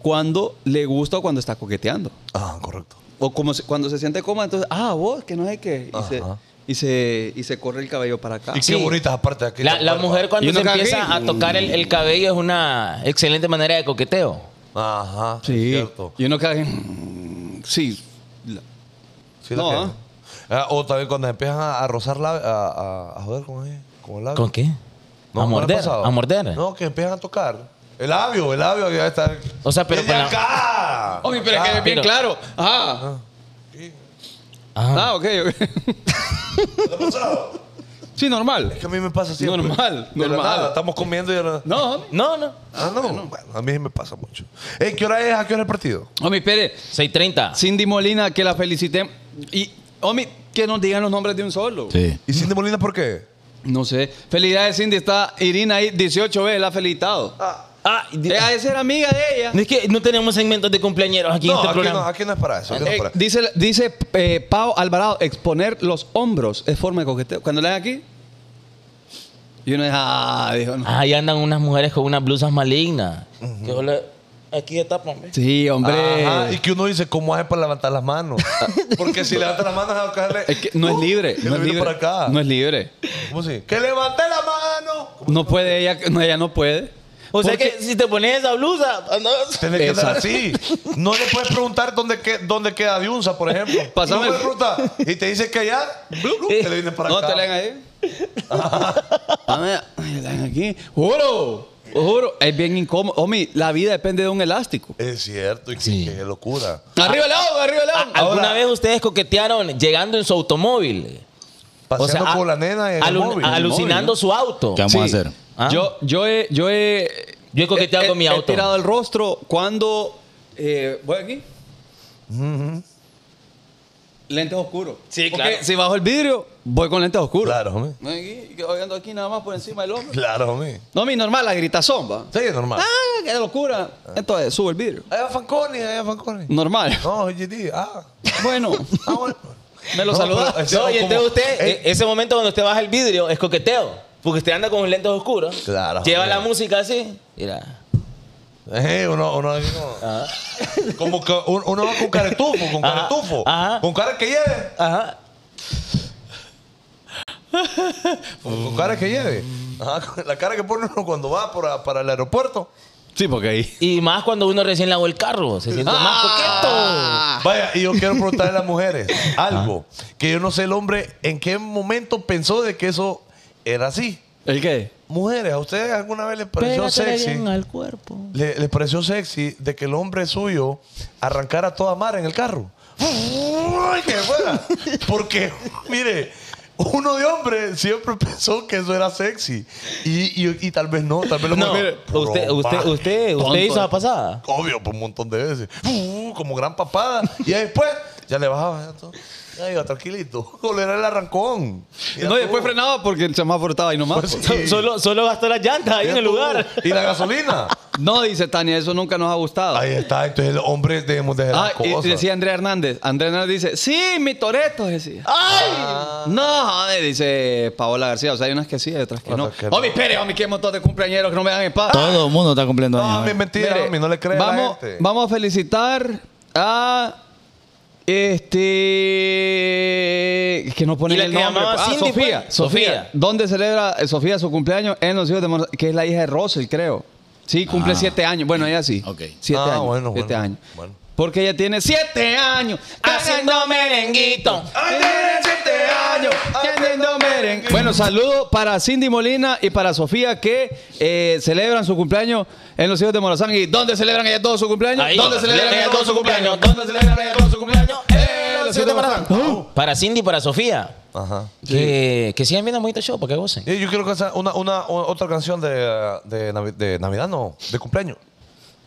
S1: cuando le gusta o cuando está coqueteando.
S4: Ah, correcto.
S1: O como se- cuando se siente cómoda, entonces, ah, vos, que no sé qué. Y se,
S4: Ajá.
S1: y, se, y se corre el cabello para acá.
S4: Y
S3: Ah, Sí.
S4: qué bonitas aparte de aquí.
S3: La, la mujer
S1: Y
S3: cuando
S1: uno
S3: se
S1: caga
S3: empieza
S1: aquí.
S3: a tocar el, el cabello es una excelente manera de coqueteo.
S4: Ajá. Sí.
S1: Sí.
S4: cierto.
S1: Y uno cae. mm, Sí. La-
S4: Sí, la
S1: No,
S4: que-
S1: ah.
S4: Ah, o también cuando empiezan a, a rozar la, a, a- a joder con ella, con el labio.
S3: ¿Con qué? a
S4: No, ¿no le ha
S3: morder,
S4: pasado?
S3: a morder.
S4: No, que empiezan a tocar. El labio, el labio ya está.
S3: O sea, pero
S4: ¡Desde
S3: con la-
S4: acá!
S1: Oye, pero es que es bien
S3: pero-
S1: claro. Ah,
S3: Ajá.
S1: ah, ok, ok.
S4: ¿Te ha pasado?
S1: sí, normal.
S4: Es que a mí me pasa siempre.
S1: Normal,
S4: De la
S1: normal.
S4: nada, estamos comiendo y de la nada.
S1: No,
S3: No, no.
S4: Ah, no. Bueno, a mí sí me pasa mucho. Ey, ¿Qué hora es? ¿A qué hora es el partido?
S1: homie, Pérez.
S3: 6.30.
S1: Cindy Molina, que la felicitemos. Y, homie, que nos digan los nombres de un solo.
S2: Sí.
S4: ¿Y Cindy Molina por qué?
S1: No sé. Felicidades, Cindy. Está Irina ahí, 18 veces, la ha felicitado.
S3: Ah, y-
S1: Eh, ha de ser amiga de ella.
S3: es que no tenemos segmentos de cumpleañeros aquí en
S4: no,
S3: este
S4: aquí no,
S3: programa.
S4: aquí no es para eso. aquí no es
S1: Eh,
S4: para-
S1: dice dice eh, Pau Alvarado, exponer los hombros es forma de coqueteo. Cuando le dan aquí, y uno dice, ah, dijo, no.
S3: Ahí andan unas mujeres con unas blusas malignas. Que yo le- Aquí se tapan. ¿ves?
S1: Sí, hombre.
S4: Ajá, y que uno dice, ¿cómo hace para levantar
S1: (laughs)
S4: las manos? Porque si levanta las manos, a caerle.
S1: Es que no es libre.
S4: ¡Uh! que
S1: No
S4: le
S1: es
S4: vino
S1: libre.
S4: para acá.
S1: No es libre.
S4: ¿Cómo así? ¡Que levante la mano!
S1: No puede ella, no, ella no puede.
S3: O sea
S1: Porque-
S3: que si te pones esa blusa, ah, andas-
S4: Tenés que andar
S1: Exacto.
S4: así. No le puedes preguntar dónde, que- dónde queda Diunza, por ejemplo.
S1: (laughs) Pásame
S4: No
S1: el-
S4: puedes preguntar. Y te dice que allá, blu, blu, te le vienes para
S1: no
S4: acá. (laughs)
S1: te leen ahí. Dame, ay, dame aquí. Juro, juro. Es bien incómodo. Homie, la vida depende de un elástico.
S4: Es cierto, y qué-
S3: Sí.
S4: qué locura.
S1: Arriba el agua, arriba el agua.
S3: (laughs) ¿Alguna
S4: Ahora-
S3: vez ustedes coquetearon llegando en su automóvil?
S4: Paseando
S3: a-
S4: con la nena en el
S3: alu-
S4: móvil.
S3: Alucinando
S1: móvil, ¿no?
S3: su auto.
S2: ¿Qué vamos a hacer?
S3: ¿Ah?
S1: Yo, yo he, yo he,
S3: Yo he coqueteado con mi auto.
S1: He tirado el rostro cuando eh, voy aquí. Lentes oscuros.
S3: Sí,
S1: Porque
S3: claro.
S1: Si bajo el vidrio, voy con lentes oscuros.
S4: Claro, homie.
S1: Voy aquí, que voy ando aquí nada más por encima del hombro.
S4: Claro, homie.
S1: No, mi normal, la gritazón, va.
S4: Sí, es normal.
S1: Ah, qué locura. Entonces, subo el vidrio.
S4: Allá va Fanconi, allá va Fanconi.
S1: Normal. (laughs)
S4: No, GD, ah.
S1: Bueno,
S4: Ah, bueno.
S1: me lo
S4: No,
S1: saludas.
S4: pero-
S3: No, y
S4: como- eh,
S3: entonces usted,
S4: Ey.
S3: e- ese momento cuando usted baja el vidrio es coqueteo. Porque usted anda con los lentes oscuros.
S4: Claro,
S3: Lleva
S4: joder.
S3: la música así. Mira.
S4: Eh, uno, uno ahí como-
S3: Ah.
S4: como que uno, uno va con caretufo, con
S3: Ajá,
S4: caretufo.
S3: ajá.
S4: Con cara que lleve.
S3: Ajá.
S4: Con, con cara que lleve. Ajá, con la cara que pone uno cuando va para, para el aeropuerto.
S1: Sí, porque ahí.
S3: Y más cuando uno recién lavó el carro. Se siente más
S1: Ah.
S4: Vaya, y yo quiero preguntarle a las mujeres
S3: Ah.
S4: algo. Que yo no sé el hombre en qué momento pensó de que eso era así.
S1: ¿El qué?
S4: Mujeres, ¿a ustedes alguna vez les pareció sexy?
S3: al cuerpo.
S4: le, le pareció sexy de que el hombre suyo arrancara toda mar en el carro. ¡Uy, que fuera! Porque, mire, uno de hombre siempre pensó que eso era sexy. Y, y- y tal vez no, tal vez lo
S3: No,
S4: mire,
S3: usted,
S4: broma.
S3: usted, usted,
S1: Tonto.
S3: usted hizo la pasada.
S4: Obvio, por un montón de veces. ¡Uh! como gran papada. Y ahí después, ya le bajaba. Ya, todo. Ya iba tranquilito. Era el arrancón. Ya
S1: No, y después
S4: todo.
S1: frenaba porque el semáforo estaba ahí nomás.
S4: Pues sí.
S3: So- Solo, solo gastó las llantas ahí
S4: Ya
S3: en el
S4: todo.
S3: lugar.
S4: Y la gasolina.
S1: No, dice Tania, eso nunca nos ha gustado.
S4: Ahí está. Entonces, los hombres debemos dejar
S1: Ah,
S4: las
S1: y
S4: cosas.
S1: decía Andrea Hernández. Andrea Hernández dice, sí, mi Toreto, decía. ¡Ay!
S3: Ah.
S4: Ah.
S1: No, joder, dice Paola García. O sea, hay unas que sí y otras que no.
S4: Otras que no.
S1: Homie, espere, homie, que hay un montón de cumpleañeros que no me dan en paz.
S2: Todo el mundo está cumpliendo
S4: No,
S2: años.
S4: hombre,
S2: ¿eh?
S4: mentira,
S1: Mire,
S4: homie, no le creas a la
S1: Vamos,
S4: gente.
S1: vamos a felicitar a... Este... es Que no
S3: Y
S1: pone
S3: la
S1: el
S3: que
S1: nombre. ah,
S3: llamaba Cindy fue-
S1: Sofía, Sofía.
S3: Sofía.
S1: ¿Dónde celebra eh, Sofía su cumpleaños? En los hijos de Mor- Que es la hija de Russell, creo. Sí, cumple
S2: Ah.
S1: siete años. Bueno, ella sí.
S2: Ok.
S1: Siete
S4: Ah,
S1: años.
S4: bueno,
S1: siete
S4: bueno,
S1: años.
S4: bueno.
S1: Porque ella tiene siete años.
S3: Haciendo merenguito.
S1: Bueno, saludo para Cindy Molina y para Sofía que eh, celebran su cumpleaños en los hijos de Morazán. ¿Y dónde celebran ellas todos su cumpleaños?
S3: Ahí.
S1: ¿Dónde celebran ellas todos su cumpleaños? ¿Dónde celebran ellas todos su cumpleaños? Eh, los hijos de Morazán. Oh.
S3: Para Cindy y para Sofía.
S4: Ajá.
S3: Que, que sigan viendo el bonito show para que gocen.
S4: Eh, Yo quiero cantar una, una, o- otra canción de, uh, de, Navi- de Navidad, no, de cumpleaños.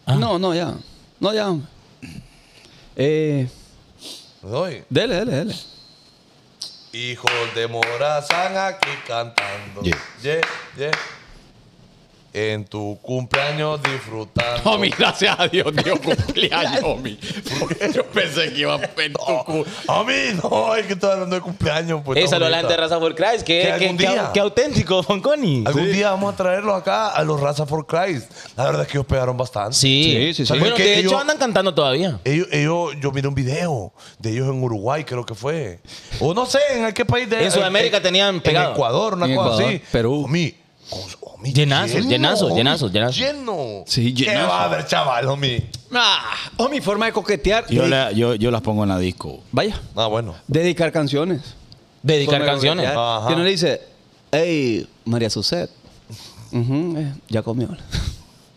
S1: Uh, No, no, ya. No, ya. Eh,
S4: Le doy.
S1: dele, dele, dele.
S4: Hijos de Morazán aquí cantando.
S2: Yeah.
S4: Yeah, yeah. En tu cumpleaños (laughs) disfrutando.
S5: Homie, gracias a Dios,
S1: (laughs)
S5: dio cumpleaños, homie. Porque yo pensé que iba a ver tu cu-
S4: Homie, no, es que estoy hablando de cumpleaños. Pues,
S3: Esa
S4: está
S3: lo la
S4: bonita.
S3: gente de Raza for Christ.
S4: Que
S3: Que, que,
S4: algún día.
S3: que auténtico, Fonconi.
S4: Algún día vamos a traerlos acá a los Raza for Christ. La verdad es que ellos pegaron bastante.
S3: Sí,
S1: Sí, sí, sí.
S3: Bueno,
S4: Que
S3: de
S4: ellos-
S3: hecho andan cantando todavía.
S4: Ellos, ellos, yo miré un video de ellos en Uruguay, creo que fue. O no sé, en qué país de
S3: En Sudamérica tenían pegado.
S4: En Ecuador, una
S1: En
S4: cosa
S1: Ecuador,
S4: así.
S1: Perú.
S4: Homie, cons- homie,
S3: Llenazos,
S4: lleno,
S3: llenazos,
S4: homie,
S3: llenazos, llenazos.
S4: Lleno.
S1: Sí,
S4: ¿Qué
S1: llenazo.
S4: va a haber, chaval, homie?
S1: Ah, oh, mi forma de coquetear.
S2: Yo, la- yo, yo las pongo en la disco.
S1: Vaya.
S4: Ah, bueno.
S1: Dedicar canciones.
S3: Dedicar
S1: Forma de
S3: canciones.
S1: coquetear.
S4: Ajá.
S1: Que no le dice, hey, María Suset. Ujú, eh, ya comió.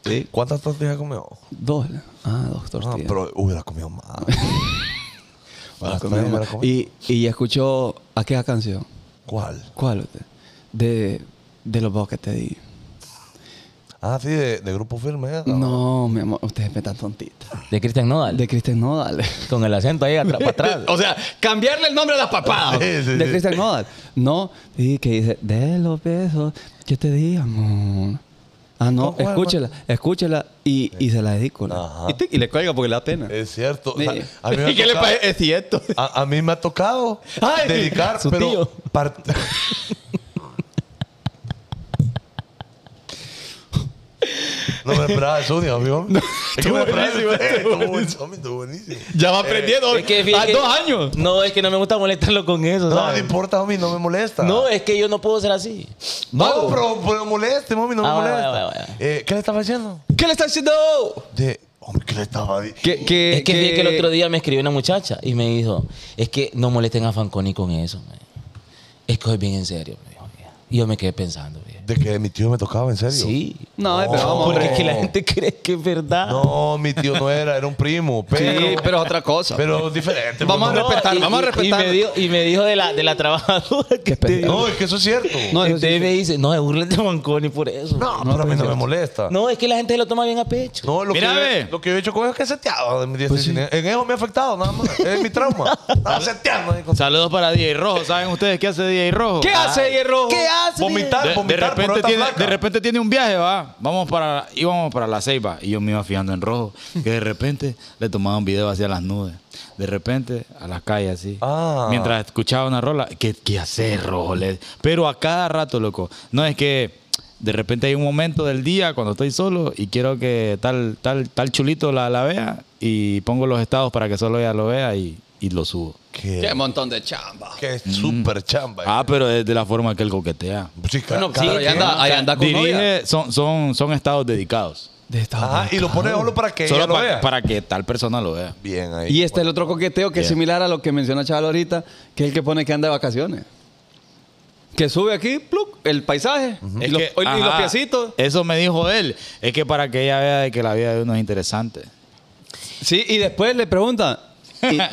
S1: Sí.
S4: ¿Cuántas tortillas has comido?
S1: Dos. Ah, dos
S4: Ah,
S1: tortillas.
S4: pero hubiera comido más.
S1: (laughs)
S4: Ah,
S1: Ah,
S4: Hubiera
S1: comió
S4: comido
S1: mal.
S4: más.
S1: y, y ya escuchó aquella canción.
S4: ¿Cuál?
S1: ¿Cuál? usted? De, de los dos que te di.
S4: Ah, sí, de, de grupo firme. ¿eh?
S1: No, mi amor, ustedes me están tontita.
S3: De Cristian Nodal.
S1: De Cristian
S4: (laughs)
S1: Nodal.
S3: Con el acento ahí atrás, para atrás.
S5: O sea, cambiarle el nombre a las papadas.
S4: Sí, sí,
S1: De
S4: sí.
S1: Cristian Nodal. No, y que dice, de los besos que te di, amor. Ah,
S4: No,
S1: no,
S4: ¿cuál, cuál?
S1: escúchela, escúchela y, y se la dedico. ¿no?
S4: Ajá.
S1: Y, tic, y le cuelga porque le da pena.
S4: Es cierto.
S1: (laughs)
S4: o sea,
S1: Sí.
S3: (laughs)
S4: a mí me ha
S5: ¿Y qué le
S4: tocado-
S5: parece? Es
S1: (laughs)
S5: cierto.
S4: A, a mí me ha tocado
S1: Ay,
S4: dedicar,
S1: su
S4: pero
S1: tío.
S4: par- No me esperaba eso, ni amigo. es que me esperaba
S5: buenísimo,
S4: eso.
S5: estuvo
S4: Estuvo buenísimo, homie, estuvo buenísimo.
S5: Ya va aprendiendo.
S3: Es que,
S5: a
S3: fíjate-
S5: dos años.
S3: No, es que no me gusta molestarlo con eso.
S4: No, no
S3: ¿sabes?
S4: importa, homie, no me molesta.
S3: eh, No, eh, es que yo no puedo ser así.
S4: no pero, pero moleste, mami, no me
S3: Ah, bueno,
S4: molesta.
S3: bueno, bueno, bueno.
S4: Eh, ¿Qué le estaba diciendo?
S1: ¿Qué le está haciendo?
S4: De, hombre, ¿qué le estaba diciendo?
S1: Que, que,
S3: Es que, fíjate que el otro día me escribió una muchacha y me dijo, es que no molesten a Fanconi con eso. me dijo. Es que hoy bien en serio. me dijo ella. Y yo me quedé pensando, viejo.
S4: De que mi tío me tocaba, en serio.
S3: Sí.
S1: No, eh,
S4: No,
S1: pero vamos,
S4: ¿por
S3: Porque
S1: hombre.
S4: qué?
S3: es que la gente cree que es verdad.
S4: No, mi tío no era, era un primo. Pero,
S1: Sí, pero es otra cosa.
S4: pero diferente. pues,
S1: Vamos a
S4: no,
S1: respetar,
S3: y-
S1: vamos a
S3: y-
S1: respetar.
S3: Y me dijo, y me dijo de, la, de la trabajadora que te digo.
S4: No, es que eso es cierto.
S1: No, eso sí,
S3: Entonces
S1: sí.
S3: me dice, no, burlen de Manconi por eso.
S4: No, Ah, pero a mí no me molesta.
S3: No, es que la gente se lo toma bien a pecho.
S4: No, lo,
S2: Mira,
S4: que
S2: ve.
S4: yo, lo que yo he hecho con eso es que seteado de mi 19. En eso me ha afectado, nada más. Es mi trauma. Estaba seteando. ahí con-
S2: Saludos para DJ Rojo. ¿Saben ustedes qué hace DJ Rojo?
S1: ¿Qué hace Hierro?
S3: ¿Qué hace?
S4: Vomitar,
S2: De, de
S4: Ah, vomitar por
S2: repente
S4: otra
S2: tiene,
S4: flaca.
S2: de repente tiene un viaje, va. Vamos para, íbamos para la ceiba. Y yo me iba fijando en rojo. Que de repente le tomaba un video hacia las nubes. De repente a las calles así.
S4: Ah.
S2: Mientras escuchaba una rola. ¿Qué, qué hace rojo? Le- Pero a cada rato, loco. No es que. De repente hay un momento del día cuando estoy solo y quiero que tal, tal, tal chulito la, la vea y pongo los estados para que solo ella lo vea y, y lo subo.
S1: Qué
S4: Que,
S1: montón de chamba.
S4: que súper chamba.
S2: Ah, pero es de la forma que él coquetea.
S4: sí, ca-
S1: Bueno,
S4: cada
S1: claro, ahí
S4: quien.
S1: anda, ahí anda con novia.
S2: Dirige, son, son, son estados dedicados.
S1: De Estados
S4: Ajá,
S1: Unidos.
S4: y lo pone solo para que
S2: Solo
S4: ella lo
S2: pa-
S4: vea.
S2: para que tal persona lo vea.
S4: Bien ahí. pues.
S1: Y este es el otro coqueteo que es
S2: Bien.
S1: similar a lo que menciona Chaval ahorita, que es el que pone que anda de vacaciones. Que sube aquí, pluc, el paisaje, y,
S2: Es
S1: los,
S2: que,
S1: y los
S2: ajá, Eh,
S1: piecitos.
S2: Eso me dijo él. Es que para que ella vea de que la vida de uno es interesante.
S1: Sí, y después le preguntan.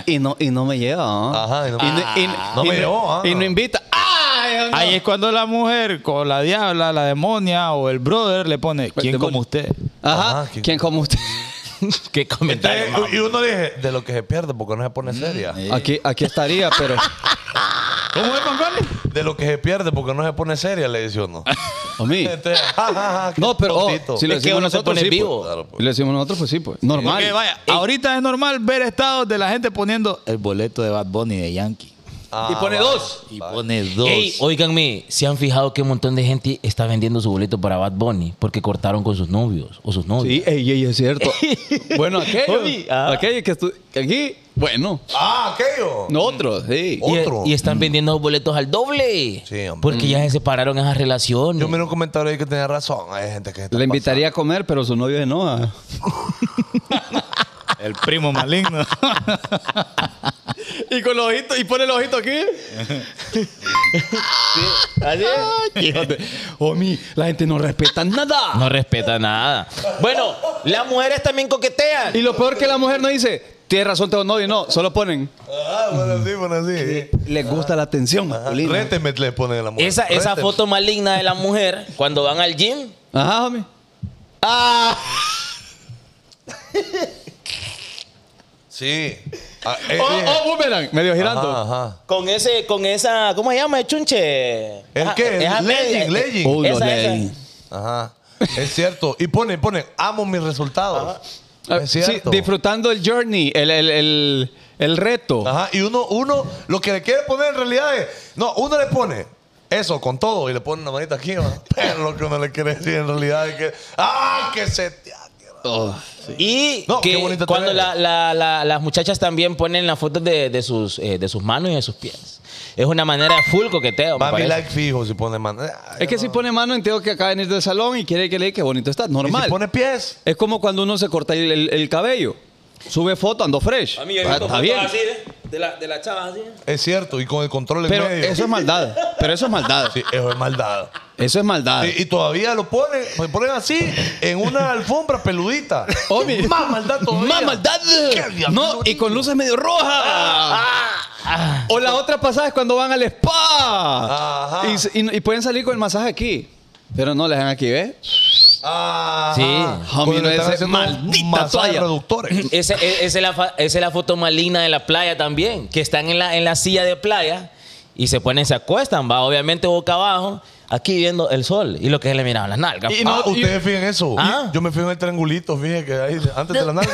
S1: Y, y no, y no me lleva. ¿ah?
S4: Ajá, y no me-
S1: y,
S4: No
S1: y
S4: me llevó, ah.
S1: Y no invita. ¡Ay! no!
S2: Ahí es cuando la mujer, con la diabla, la demonia o el brother le pone, ¿quién
S1: Pues, demonio.
S2: como usted?
S1: Ajá.
S4: Ajá, ¿quién-
S1: ¿Quién como usted?
S3: (laughs) Qué comentario.
S1: Este,
S4: Entonces, y uno dije, de lo que se pierde porque no se
S1: Mm,
S4: pone seria.
S1: Aquí, aquí estaría, pero.
S2: ¿Cómo es, Mangoli?
S4: De lo que se pierde porque no se pone seria, le dice
S1: (laughs)
S4: uno.
S1: A mí.
S4: Entonces, ja, ja, ja, qué
S1: No, pero. oh,
S4: tontito.
S1: si lo
S3: Es que
S1: decimos
S3: uno se
S1: nosotros,
S3: pone
S1: sí.
S3: vivo.
S1: pues.
S4: Claro, pues.
S1: Si lo decimos nosotros, pues sí, pues. Normal.
S2: Porque vaya, ahorita es normal ver estados de la gente poniendo el boleto de Bad Bunny de Yankee.
S4: Ah,
S1: Y pone
S4: vale.
S1: dos.
S2: Y pone dos.
S3: Ey, oiganme, ¿se han fijado que un montón de gente está vendiendo su boleto para Bad Bunny porque cortaron con sus novios o sus novios?
S1: Sí, ey, ey, es cierto. bueno, aquello.
S3: Oye, ah.
S1: Aquello que estu- Aquí, bueno.
S4: Ah, aquello.
S1: Nosotros, sí.
S4: Oh.
S3: Y, eh,
S4: Otro.
S3: y están vendiendo los boletos al doble.
S4: Sí, hombre.
S3: Porque ya se separaron esas relaciones.
S4: Yo miré un comentario ahí que tenía razón. Hay gente que. está
S1: Le invitaría a comer, pero su novio de no.
S2: El
S1: (laughs)
S2: primo maligno.
S1: Y con los ojitos, y pone el ojito (laughs) aquí.
S3: Así es.
S1: Omi, la gente no respeta nada.
S3: No respeta nada. Bueno, las mujeres también coquetean.
S1: Y lo peor que la mujer no dice, tienes razón, tengo novio. No, solo ponen,
S4: Ah, bueno, sí, bueno, sí.
S1: les gusta la atención
S4: Ajá.
S1: masculina.
S4: Réteme, le pone la mujer.
S3: Esa, esa
S4: Réteme.
S3: foto maligna de la mujer cuando van al gym.
S1: Ajá, homie. Ah,
S4: Sí.
S3: (laughs)
S4: Ah, eh,
S1: oh,
S4: dije-
S1: oh, boomerang, medio girando.
S4: Ajá, ajá.
S3: Con ese, con esa, ¿cómo se llama? El chunche.
S4: ¿El
S3: Ajá,
S4: qué?
S3: esa
S4: El
S3: media.
S4: legging, legging.
S1: Oh, lo
S3: Esa,
S1: leí.
S3: esa.
S4: Ajá. Es cierto. Y ponen, ponen, amo mis resultados.
S1: Ah,
S4: Es
S1: sí,
S4: cierto.
S1: disfrutando el journey, el, el, el, el reto.
S4: Ajá. Y uno, uno, lo que le quiere poner en realidad es. No, uno le pone. Eso, con todo, y le pone una manita aquí, ¿va? (laughs) Pero lo que uno le quiere decir en realidad es que. ¡Ah! Que se te.
S1: Oh.
S4: Ah.
S3: Y
S4: No, qué
S3: que
S4: bonito te
S3: cuando
S4: ves.
S3: la- la- la- las muchachas también ponen las fotos de, de sus, eh, de sus manos y de sus pies. Es una manera de full coqueteo. me
S4: Mami
S3: parece.
S4: like fijo si pone mano.
S1: Es que si pone mano, entiendo que acaba de venir del salón y quiere que le diga que bonito está.
S4: Y
S1: Normal.
S4: si pone pies.
S1: Es como cuando uno se corta el, el- el cabello. Sube foto, ando fresh.
S3: A mí yo he
S1: Ah,
S3: visto
S1: está
S3: fotos
S1: bien.
S3: así, ¿eh? de la, de la chava así. ¿eh?
S4: Es cierto. Y con el control en
S1: Pero
S4: medio.
S1: eso es maldad. Pero eso es maldad.
S4: Sí, eso es maldad.
S1: Eso es maldad.
S4: Y, y todavía lo ponen, lo ponen así en una alfombra peludita.
S1: Omi.
S4: Más maldad todavía.
S1: ¡Más maldad!
S4: ¡Qué Ah,
S1: No, y con luces medio rojas. Ah. O la otra pasada es cuando van al spa.
S4: Ajá.
S1: Y, s- y- y pueden salir con el masaje aquí. Pero no, le dejan aquí, ¿ves?
S4: Ah,
S3: Sí.
S1: Homie, no, ese
S4: haciendo
S1: maldita
S4: masajes
S1: toalla.
S4: reductores.
S3: Esa e- esa es, la, fa- esa es la foto maligna de la playa también, que están en la, en la silla de playa y se ponen, se acuestan, va obviamente boca abajo, aquí viendo el sol y lo que se le miraban las nalgas.
S1: Y
S4: Y
S1: no-
S4: no, Ah, ustedes fijen eso.
S3: Ah.
S4: Yo me fijo en el triangulito, fíjense que ahí antes de la nalga.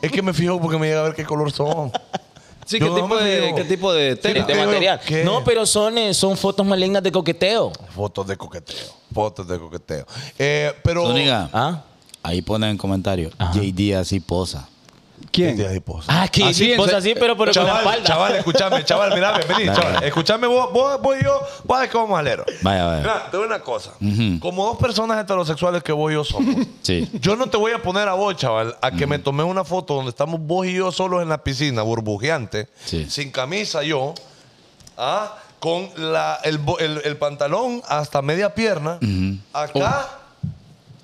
S4: es que me fijo porque me llega a ver qué color son.
S1: Sí,
S4: Yo
S1: ¿qué,
S4: no
S1: tipo
S4: me
S1: de,
S4: fijo.
S1: ¿qué tipo de
S3: Este
S1: tema?
S4: te- pero
S3: material.
S4: ¿qué?
S3: No, pero son, eh, son fotos malignas de coqueteo.
S4: Fotos de coqueteo. Fotos de coqueteo. Eh, pero.
S2: Zúñiga,
S3: ¿Ah?
S2: ahí ponen en comentario.
S3: Ajá.
S2: JD así posa.
S4: Este
S1: ¿Quién?
S4: ahí, pues.
S3: Ah, que
S1: Así,
S3: sí,
S1: en
S3: pues
S1: se-
S3: así, pero, pero con la
S4: Chaval,
S3: espalda.
S4: chaval, escúchame, chaval, mirame, vení,
S2: Dale,
S4: chaval.
S2: dale.
S4: Escúchame vos, vos, vos y yo, vos es que vamos a leer.
S2: Vaya, vaya.
S4: Mira, te digo una cosa.
S2: Ujú.
S4: Como dos personas heterosexuales que vos y
S2: (laughs)
S4: yo somos,
S2: Sí.
S4: yo no te voy a poner a vos, chaval, a que me tomé una foto donde estamos vos y yo solos en la piscina, burbujeante,
S2: Sí.
S4: sin camisa yo, ¿ah? con la, el, bo- el- el pantalón hasta media pierna, acá,
S2: Oh.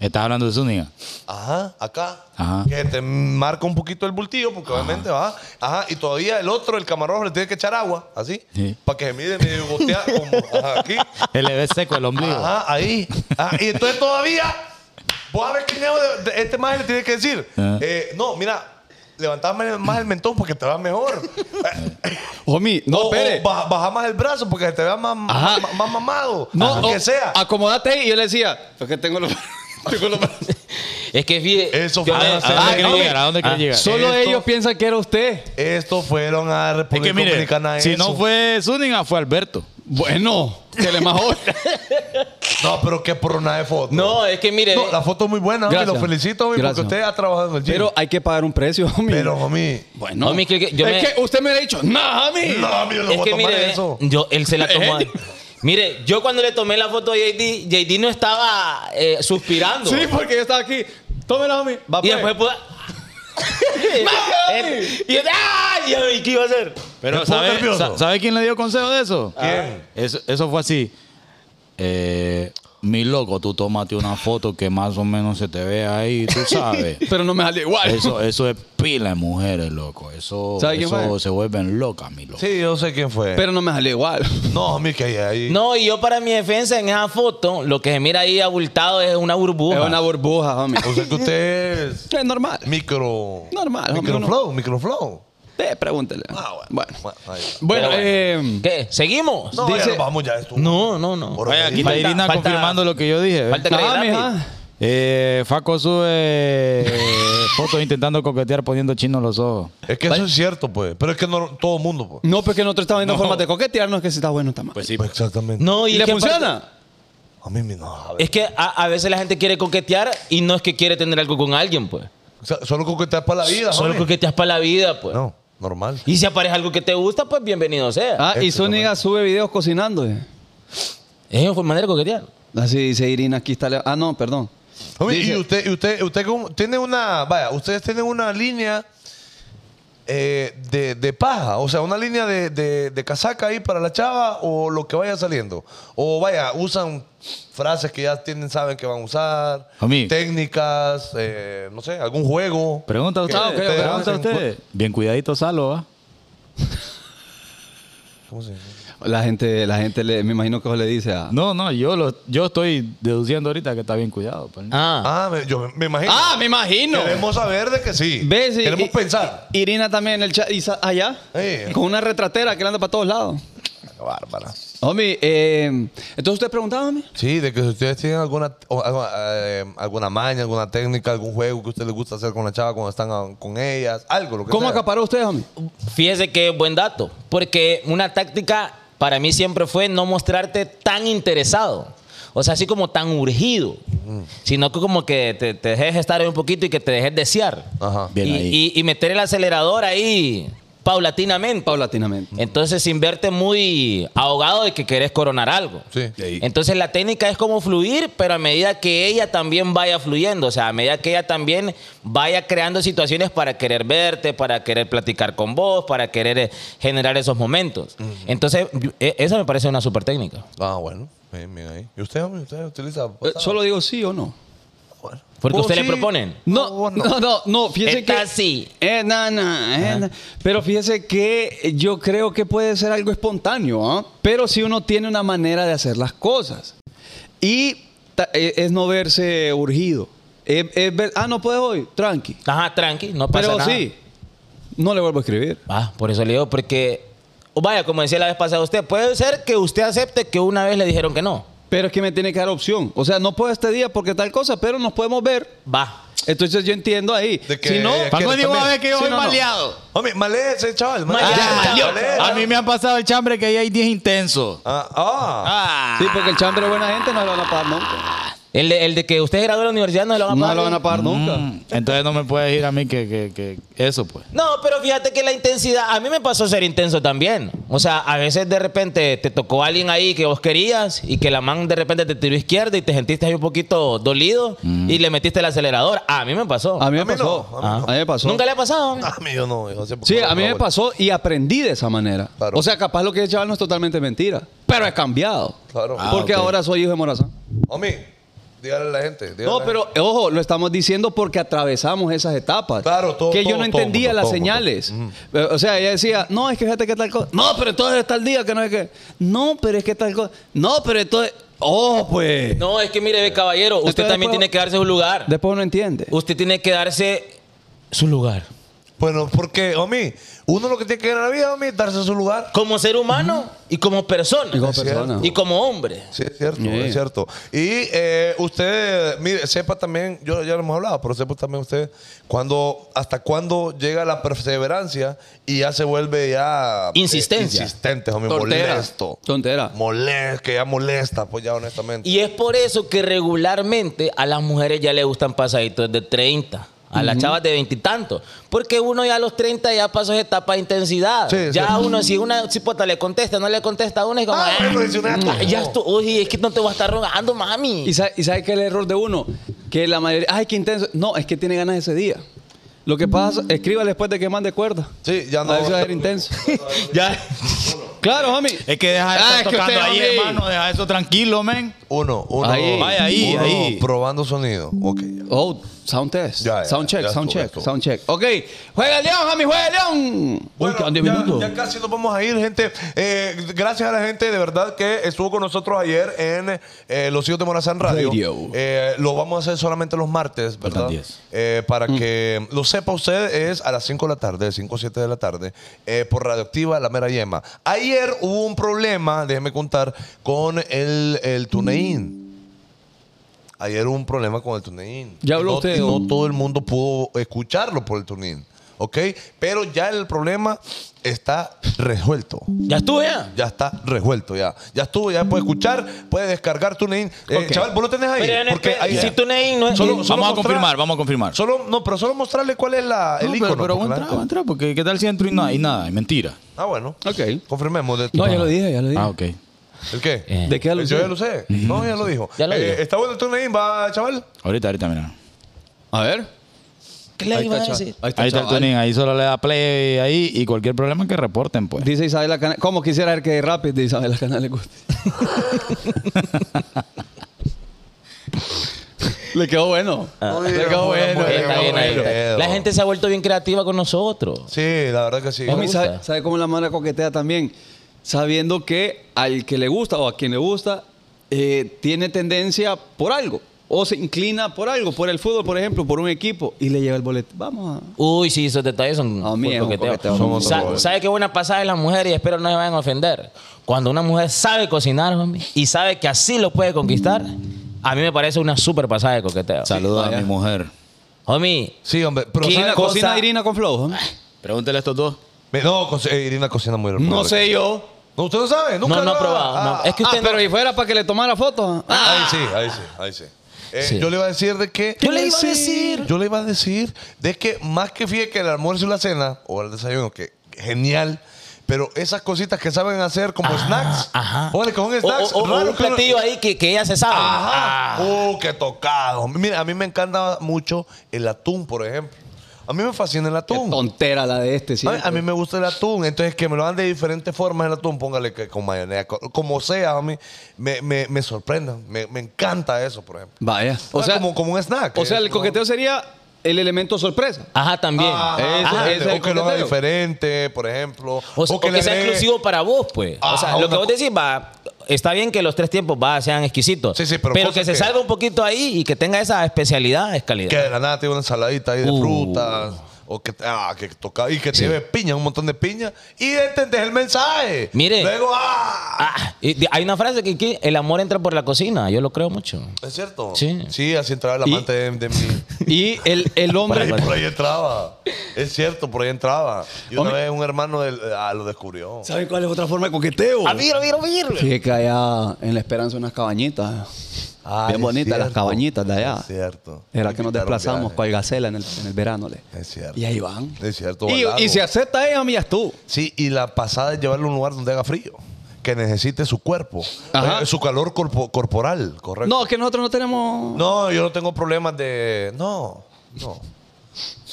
S2: Estás hablando de Zúñiga.
S4: ajá, acá,
S2: Ajá.
S4: que te marca un poquito el bultillo, porque obviamente va, ajá, y todavía el otro, el camarógrafo, le tiene que echar agua, así,
S2: Sí.
S4: para que se mire medio gotea, como ajá, aquí,
S2: Él le ve seco el ombligo.
S4: ajá, ahí, Ajá, y entonces todavía, vos a ver quién es, de- de- este más le tiene que decir,
S2: Ajá.
S4: eh, no, mira, levantá más el mentón porque te va mejor.
S1: Homie, no,
S4: o,
S1: espere.
S4: o baja, baja más el brazo porque te veas más,
S1: Ajá.
S4: más, más- más mamado.
S1: No,
S4: lo que
S1: o-
S4: sea.
S1: Acomodate ahí. Y yo le decía, porque tengo los. (laughs) tengo los
S4: (laughs)
S1: brazos".
S3: Es que fíjate.
S4: Eso
S3: yo
S4: fue
S3: me-
S4: una
S2: ¿A dónde
S4: Ay,
S2: quieres
S4: no,
S2: llegar? ¿A dónde quieres
S3: ah,
S2: llegar?
S1: Solo
S4: Esto-
S1: ellos piensan que era usted.
S4: Estos fueron a
S2: Es
S4: República
S2: que mire,
S4: Dominicana.
S2: si
S4: eso.
S2: no fue Zúñiga, fue Alberto.
S1: Bueno, que le
S4: (laughs)
S1: majó.
S4: No, pero qué por una de foto.
S3: No, eh, es que mire.
S4: No, la foto es muy buena, homie,
S1: Gracias.
S4: Lo felicito, homie,
S1: Gracias.
S4: porque usted ha trabajado en el gym.
S1: Pero hay que pagar un precio, homie.
S4: Pero, homie.
S1: bueno.
S3: Homie, que- que yo
S1: es
S3: me-
S1: que usted me hubiera dicho, nah, homie.
S4: No, homie, yo lo
S3: es
S4: voy
S3: que
S4: a tomar
S3: mire,
S4: eso.
S3: ve, yo, él se la tomó. a-
S1: Eh.
S3: Mire, yo cuando le tomé la foto a JD, JD no estaba eh, suspirando.
S1: Sí, porque yo estaba aquí. Tómela, homie. Va
S3: y
S1: pues.
S3: después pude. (laughs) y yo, ¡ay! Dios, ¿Y qué iba a hacer?
S2: Pero
S4: Me puso
S2: ¿sabe,
S4: nervioso.
S2: sa- ¿sabe quién le dio consejo de eso? Ah,
S4: ¿Quién?
S2: Eso, eso fue así. Eh, mi loco, tú tómate una foto que más o menos se te ve ahí, tú sabes.
S1: Pero no me salió igual.
S2: Eso, eso es pila de mujeres, loco. Eso,
S1: ¿Sabe quién
S2: eso
S1: fue?
S2: se vuelven locas, mi loco.
S4: Sí, yo sé quién fue.
S1: Pero no me salió igual.
S4: no, homie, que ahí. ahí-
S3: No, y yo para mi defensa en esa foto, lo que se mira ahí abultado es una burbuja.
S1: Es una burbuja, homie.
S4: O sea que usted es
S1: Es normal.
S4: micro.
S1: Normal, homie,
S4: Microflow, microflow.
S1: Eh, pregúntele.
S4: Ah, bueno.
S1: bueno.
S4: Bueno, ahí está.
S1: Bueno,
S3: Pero bueno.
S1: eh,
S3: ¿Qué? ¿Seguimos?
S4: No,
S1: Dice-
S4: ya nos vamos, ya estuvo.
S3: No, no, no.
S4: Por
S2: Oye, aquí está
S4: favor.
S3: Falta-
S2: Irina
S3: falta-
S2: confirmando lo que yo dije. ¿ves?
S3: Falta que
S1: ajá,
S3: le dé rápido.
S1: mija.
S2: Eh, Faco sube eh, fotos intentando coquetear poniendo chino los ojos.
S4: Es que eso es cierto, pues. Pero es que no todo el mundo, pues.
S1: No, porque nosotros estamos viendo formas de coquetearnos que si está bueno o está mal.
S4: Sí, pues exactamente.
S3: No, y
S1: ¿Y le
S3: es que
S1: funciona?
S4: aparte- A mí me no. a ver.
S3: Es que a, a veces la gente quiere coquetear y no es que quiere tener algo con alguien, pues.
S4: O sea, solo coquetear para la vida,
S3: Solo
S4: homie.
S3: coqueteas para la vida, pues.
S4: No, normal.
S3: Y si aparece algo que te gusta, pues bienvenido sea.
S1: Ah, y
S4: Este
S1: Zúñiga sube videos cocinando. eh.
S3: Es una manera Eh, de coquetear.
S1: Así dice Irina, aquí está. le- Ah, no, perdón.
S4: Homie,
S1: Dice-
S4: y usted, y usted, usted cómo- tiene una, vaya, ustedes tienen una línea eh, de, de paja, o sea, una línea de, de- de casaca ahí para la chava o lo que vaya saliendo. O vaya, usan frases que ya tienen, saben que van a usar,
S2: Homie.
S4: técnicas, eh, no sé, algún juego.
S2: Pregunta a
S4: que
S2: ustedes.
S1: Ah, ok, ok,
S2: pregunta a
S4: hacen.
S2: ustedes. Bien cuidadito, Salo, ¿ah? ¿va?
S4: ¿Cómo se llama?
S1: La gente, la gente le, me imagino que le dice a.
S2: No, no, yo, lo, yo estoy deduciendo ahorita que está bien cuidado. pues.
S3: Ah.
S4: Ah, me, yo me- me imagino.
S1: Ah, me imagino.
S4: Queremos saber de que sí.
S1: ¿Ves? Y-
S4: Queremos
S1: y-
S4: pensar.
S1: Irina también en el chat, y sa- allá,
S4: Sí.
S1: con una retratera que le anda para todos lados.
S4: Qué Bárbara.
S1: Homie, eh, entonces usted preguntaba, homie.
S4: Sí, de que si ustedes tienen alguna, o alguna, eh, alguna maña, alguna técnica, algún juego que a usted les gusta hacer con la chava cuando están ah, con ellas, algo, lo que
S1: ¿Cómo
S4: sea.
S1: acaparó usted, homie?
S3: Fíjese que buen dato. Porque una táctica para mí siempre fue no mostrarte tan interesado. O sea, así como tan urgido. Sino que como que te, te dejes estar ahí un poquito y que te dejes desear.
S4: Ajá.
S2: Bien
S3: y,
S2: ahí.
S3: y- y meter el acelerador ahí paulatinamente.
S1: Paulatinamente.
S3: Entonces, sin verte muy ahogado de que querés coronar algo.
S4: Sí.
S3: Entonces, la técnica es como fluir, pero a medida que ella también vaya fluyendo, o sea, a medida que ella también vaya creando situaciones para querer verte, para querer platicar con vos, para querer eh, generar esos momentos. Entonces, yo- e- esa me parece una super técnica.
S4: Ah, bueno. Bien, bien ahí. ¿Y usted, hombre? ¿Usted utiliza?
S1: Eh, Solo digo sí o no.
S4: Bueno.
S3: Porque
S4: Oh,
S3: usted le
S4: sí.
S3: proponen.
S1: No,
S4: Oh,
S1: no, no, no, fíjese
S3: Está
S1: que.
S3: así.
S1: Eh, no, no, eh, no. Pero fíjese que yo creo que puede ser algo espontáneo, ¿ah? Pero si uno tiene una manera de hacer las cosas. Y ta- eh, es no verse urgido. Es- es ver- ah, no puedes hoy, tranqui.
S3: Ajá, tranqui, no pasa
S1: Pero
S3: nada.
S1: sí, no le vuelvo a escribir.
S3: Ah, por eso le digo, porque, o vaya, como decía la vez pasada usted, puede ser que usted acepte que una vez le dijeron que no.
S1: Pero es que me tiene que dar opción. O sea, no puedo este día porque tal cosa, pero nos podemos ver.
S3: Va.
S1: Entonces yo entiendo ahí.
S4: De que
S1: si no,
S4: ella quiere
S2: dijo
S4: también.
S1: Sí, no, no.
S4: Homie, malé ese chaval. malé.
S3: Malé,
S4: Ah,
S3: malé.
S4: malé.
S2: A mí me han pasado el chambre que ahí hay 10 intensos.
S4: Ah, ah.
S2: Ah.
S1: Sí, porque el chambre es buena gente, no le van a pagar nunca.
S3: El de, el de que usted graduó de la universidad no se lo van a
S1: No
S3: pagar.
S1: lo van a pagar nunca.
S2: Mm, entonces no me puedes ir a mí que, que- que eso, pues.
S3: No, pero fíjate que la intensidad, a mí me pasó ser intenso también. O sea, a veces de repente te tocó alguien ahí que vos querías y que la man de repente te tiró izquierda y te sentiste ahí un poquito dolido y le metiste el acelerador. A mí me pasó.
S1: Mm. A mí me
S4: A mí no,
S1: pasó.
S4: a mí
S1: A mí me pasó. Ah.
S3: Nunca le ha pasado.
S4: A mí yo Ah, no. yo siempre-
S1: Sí, a mí me pasó y aprendí de esa manera.
S4: Claro.
S1: O sea, capaz lo que he chaval no es totalmente mentira, pero he cambiado.
S4: Claro. Ah,
S1: porque
S2: ok.
S1: ahora soy hijo de Morazán.
S4: Homie, dígale a la gente. dígale a
S1: No,
S4: la
S1: pero ojo, lo estamos diciendo porque atravesamos esas etapas.
S4: Claro, todo-
S1: Que yo
S4: todo-
S1: no
S4: todo
S1: entendía
S4: mundo,
S1: las
S4: todo mundo.
S1: señales. Eh, O sea, ella decía, no, es que fíjate que tal cosa. No, pero entonces está el día que no es que. No, pero es que tal cosa. No, pero entonces. Oh, pues.
S3: No, es que mire, ve, caballero, usted
S1: Entonces,
S3: también
S1: después-
S3: tiene que darse su lugar.
S1: Después uno entiende.
S3: Usted tiene que darse su lugar.
S4: Bueno, porque, homie, uno lo que tiene que ganar en la vida, homie, es darse su lugar.
S3: Como ser humano y como persona.
S1: Y como
S4: Es cierto.
S1: persona.
S3: Y como hombre.
S4: Sí, es cierto,
S1: Yeah.
S4: es cierto. Y eh, usted, mire, sepa también, yo ya lo hemos hablado, pero sepa también usted cuando, hasta cuándo llega la perseverancia y ya se vuelve ya... eh,
S3: Insistencia.
S4: insistente, homie,
S1: Tontera.
S4: molesto.
S1: Tontera.
S4: Molesto, que ya molesta, pues ya honestamente.
S3: Y es por eso que regularmente a las mujeres ya le gustan pasaditos de 30. A las chavas de veintitantos. Porque uno ya a los 30 ya pasó esa etapa de intensidad.
S4: Sí,
S3: ya
S4: sí.
S3: uno, si una chipota le contesta, no le contesta a uno, es como.
S4: Ah,
S3: "Ah,
S4: bueno, dice una-
S3: ah, ya estu- Oye, es que no te voy a estar rogando, mami.
S1: ¿Y sabe, ¿Y sabe qué es el error de uno? Que la mayoría. Ay, qué intenso. No, es que tiene ganas ese día. Lo que pasa, escriba después de que mande cuerda.
S4: Sí, ya no-
S1: A veces va a ser intenso. (laughs) ya. claro, homie.
S2: Es que deja eso
S1: Ah, es que
S2: tocando
S1: usted,
S2: ahí,
S1: homie.
S2: hermano. Deja eso tranquilo, men.
S4: Uno, uno.
S1: Ahí.
S2: Vaya ahí,
S4: uno
S2: ahí.
S4: Probando sonido. Ok.
S1: Oh, sound test.
S4: Ya, ya,
S1: sound check,
S4: ya
S1: sound
S4: estuvo,
S1: check,
S4: ya estuvo.
S1: sound check. Ok, juega el león, homie, juega el león. Uy,
S4: Bueno,
S1: quedan 10
S4: ya,
S1: minutos.
S4: ya casi nos vamos a ir, gente. Eh, gracias a la gente, de verdad, que estuvo con nosotros ayer en eh, Los Hijos de Morazán Radio.
S1: Radio.
S4: Eh, lo vamos a hacer solamente los martes, ¿verdad?
S2: Faltan 10.
S4: Eh, para
S1: Mm.
S4: que lo sepa usted, es a las 5 de la tarde, de 5 a 7 de la tarde, eh, por Radioactiva La Mera Yema. Ayer hubo un problema, déjeme contar, con el, el tuneín. Ayer hubo un problema con el tuneín.
S1: Ya habló
S4: no,
S1: usted,
S4: y No
S1: don.
S4: todo el mundo pudo escucharlo por el tuneín. ¿Ok? Pero ya el problema está resuelto.
S3: Ya estuve ya.
S4: Ya está resuelto, ya. Ya estuvo, ya puede escuchar, puede descargar TuneIn. Eh,
S1: Ok.
S4: Chaval, vos lo tenés ahí.
S3: Pero en
S4: Porque
S3: este-
S4: ahí-
S3: si TuneIn no es- eh,
S4: Solo-
S2: vamos
S4: solo
S2: a
S4: mostrar-
S2: confirmar, vamos a confirmar.
S4: Solo, no, pero solo mostrarle cuál es la, el
S2: No,
S4: icono. pues,
S2: pero, pero
S4: porque
S2: vos
S4: la
S2: entra,
S4: gente-
S2: vos entra, porque ¿qué tal si entro y no hay nada? Es mentira.
S4: Ah, bueno.
S1: Ok.
S4: Confirmemos. de-
S1: No, ya lo Eh, dije, ya lo dije.
S2: Ah, ok.
S4: ¿El qué?
S1: ¿De qué
S4: Yo
S1: hablo?
S4: ya lo sé. No, ya lo dijo.
S3: Ya lo
S4: Eh,
S3: dijo.
S4: Está bueno el TuneIn, va, chaval.
S2: Ahorita, ahorita, mira.
S1: A ver.
S3: ¿Qué le iba a
S1: chaval.
S3: decir?
S1: Ahí está,
S2: Ahí está el
S1: chaval.
S2: tuning, ahí solo le da play ahí y cualquier problema que reporten, pues.
S1: Dice Isabela Canal. ¿Cómo quisiera ver que rápido de Isabela Canal le guste? (laughs) le quedó bueno.
S4: Uy,
S1: le quedó
S4: no,
S1: bueno.
S4: no,
S1: le
S4: no,
S1: quedó
S3: Está bien, ahí
S1: bueno.
S3: está. La gente se ha vuelto bien creativa con nosotros.
S4: Sí, la verdad que sí.
S1: Homie,
S3: gusta.
S1: ¿sabe, sabe cómo la mano coquetea también? Sabiendo que al que le gusta o a quien le gusta eh, tiene tendencia por algo. O se inclina por algo, por el fútbol, por ejemplo, por un equipo, y le lleva el boleto. Vamos a.
S3: Uy, sí, esos detalles son
S1: A mí
S3: full
S1: es un
S3: coqueteo.
S1: coqueteo.
S4: Somos
S3: Sa-
S4: todos.
S3: ¿Sabe qué buena pasada es las mujeres? Y espero no me vayan a ofender. Cuando una mujer sabe cocinar, homie, y sabe que así lo puede conquistar, a mí me parece una súper pasada de coqueteo.
S2: Saluda a
S1: vaya.
S2: mi mujer.
S3: Homie,
S4: Sí, hombre. Pero
S3: ¿Quién
S4: ¿sabe?
S3: cosa-
S1: Cocina Irina con flow. ¿eh?
S2: Pregúntele a estos dos.
S4: Me- No, co- eh, Irina cocina muy hermoso.
S1: No sé yo.
S4: No, usted no sabe. Nunca
S3: no, no
S4: lo
S3: he
S4: ha-
S3: probado.
S4: Ah,
S3: no. Es que
S1: Ah,
S3: usted no-
S1: pero y fuera para que le tomara foto. Ah,
S4: Ahí sí, ahí sí, ahí sí. Eh,
S3: Sí.
S4: Yo le iba a decir de que.
S3: Yo le iba a decir.
S4: Yo le iba a decir de que más que fíjate que el almuerzo y la cena o el desayuno, que genial. Pero esas cositas que saben hacer como snacks.
S3: Ajá.
S4: Órale, con un
S3: O-
S4: snacks.
S3: o, o- o
S4: raro
S3: un
S4: que uno-
S3: platillo ahí que, que ella se sabe. Ah.
S4: Ajá. Uh, qué tocado. Mira, a mí me encanta mucho el atún, por ejemplo. A mí me fascina el
S1: qué
S4: atún.
S1: tontera la de este, sí.
S4: A mí, a mí me gusta el atún, entonces que me lo dan de diferentes formas el atún, póngale que con mayonesa, co- como sea, a mí me, me, me sorprende, me, me encanta eso, por ejemplo.
S1: Vaya.
S4: O sea, como, como un snack.
S1: o sea,
S4: es
S1: el
S4: como-
S1: coqueteo sería el elemento sorpresa.
S3: Ajá, también.
S4: Ajá,
S1: Eso,
S4: ajá.
S1: ese es el
S4: o que lo haga
S1: coqueteo.
S4: diferente, por ejemplo.
S3: O, sea, o que
S4: le
S3: sea
S4: agregue-
S3: exclusivo para vos, pues. o
S4: Ajá,
S3: sea, lo que
S4: una
S3: vos
S4: co-
S3: decís, va, está bien que los tres tiempos va, sean exquisitos.
S4: Sí, sí, pero
S3: que
S4: cosas
S3: se
S4: que-
S3: salga un poquito ahí y que tenga esa especialidad es calidad.
S4: Que de la nada te lleve una ensaladita ahí de
S3: Uh.
S4: frutas. O que, ah, que toca, y que te lleve piña, un montón de piña. Y entendés el mensaje.
S3: Mire.
S4: Luego, ah.
S3: Ah, y de- hay una frase que, que el amor entra por la cocina, yo lo creo mucho.
S4: ¿Es cierto?
S3: Sí.
S4: Sí, así entraba el amante de, de mí.
S1: Y el, el
S4: Por
S1: hombre.
S4: ahí, por ahí entraba. Es cierto, por ahí entraba. Y una
S1: Hombre.
S4: vez un hermano del, ah, lo descubrió.
S1: ¿Saben cuál es otra forma de coqueteo?
S3: A vir, a vir, a vir.
S1: Fíjate que allá en La Esperanza unas cabañitas.
S4: Ay,
S1: Bien
S4: Ah, es
S1: bonitas las
S4: cierto,
S1: cabañitas de allá.
S4: es cierto.
S1: Era que nos
S4: Invitaron
S1: desplazamos
S4: viaje.
S1: cual gacela en el, en el verano. le.
S4: Es cierto.
S1: Y ahí van.
S4: Es cierto,
S1: Y,
S4: balago.
S1: y si acepta ella, mías tú.
S4: Sí, y la pasada es llevarlo a un lugar donde haga frío, que necesite su cuerpo,
S1: Ajá.
S4: eh, su calor corpo- corporal, correcto.
S1: No, que nosotros no tenemos.
S4: No, yo no tengo problemas de. No, no.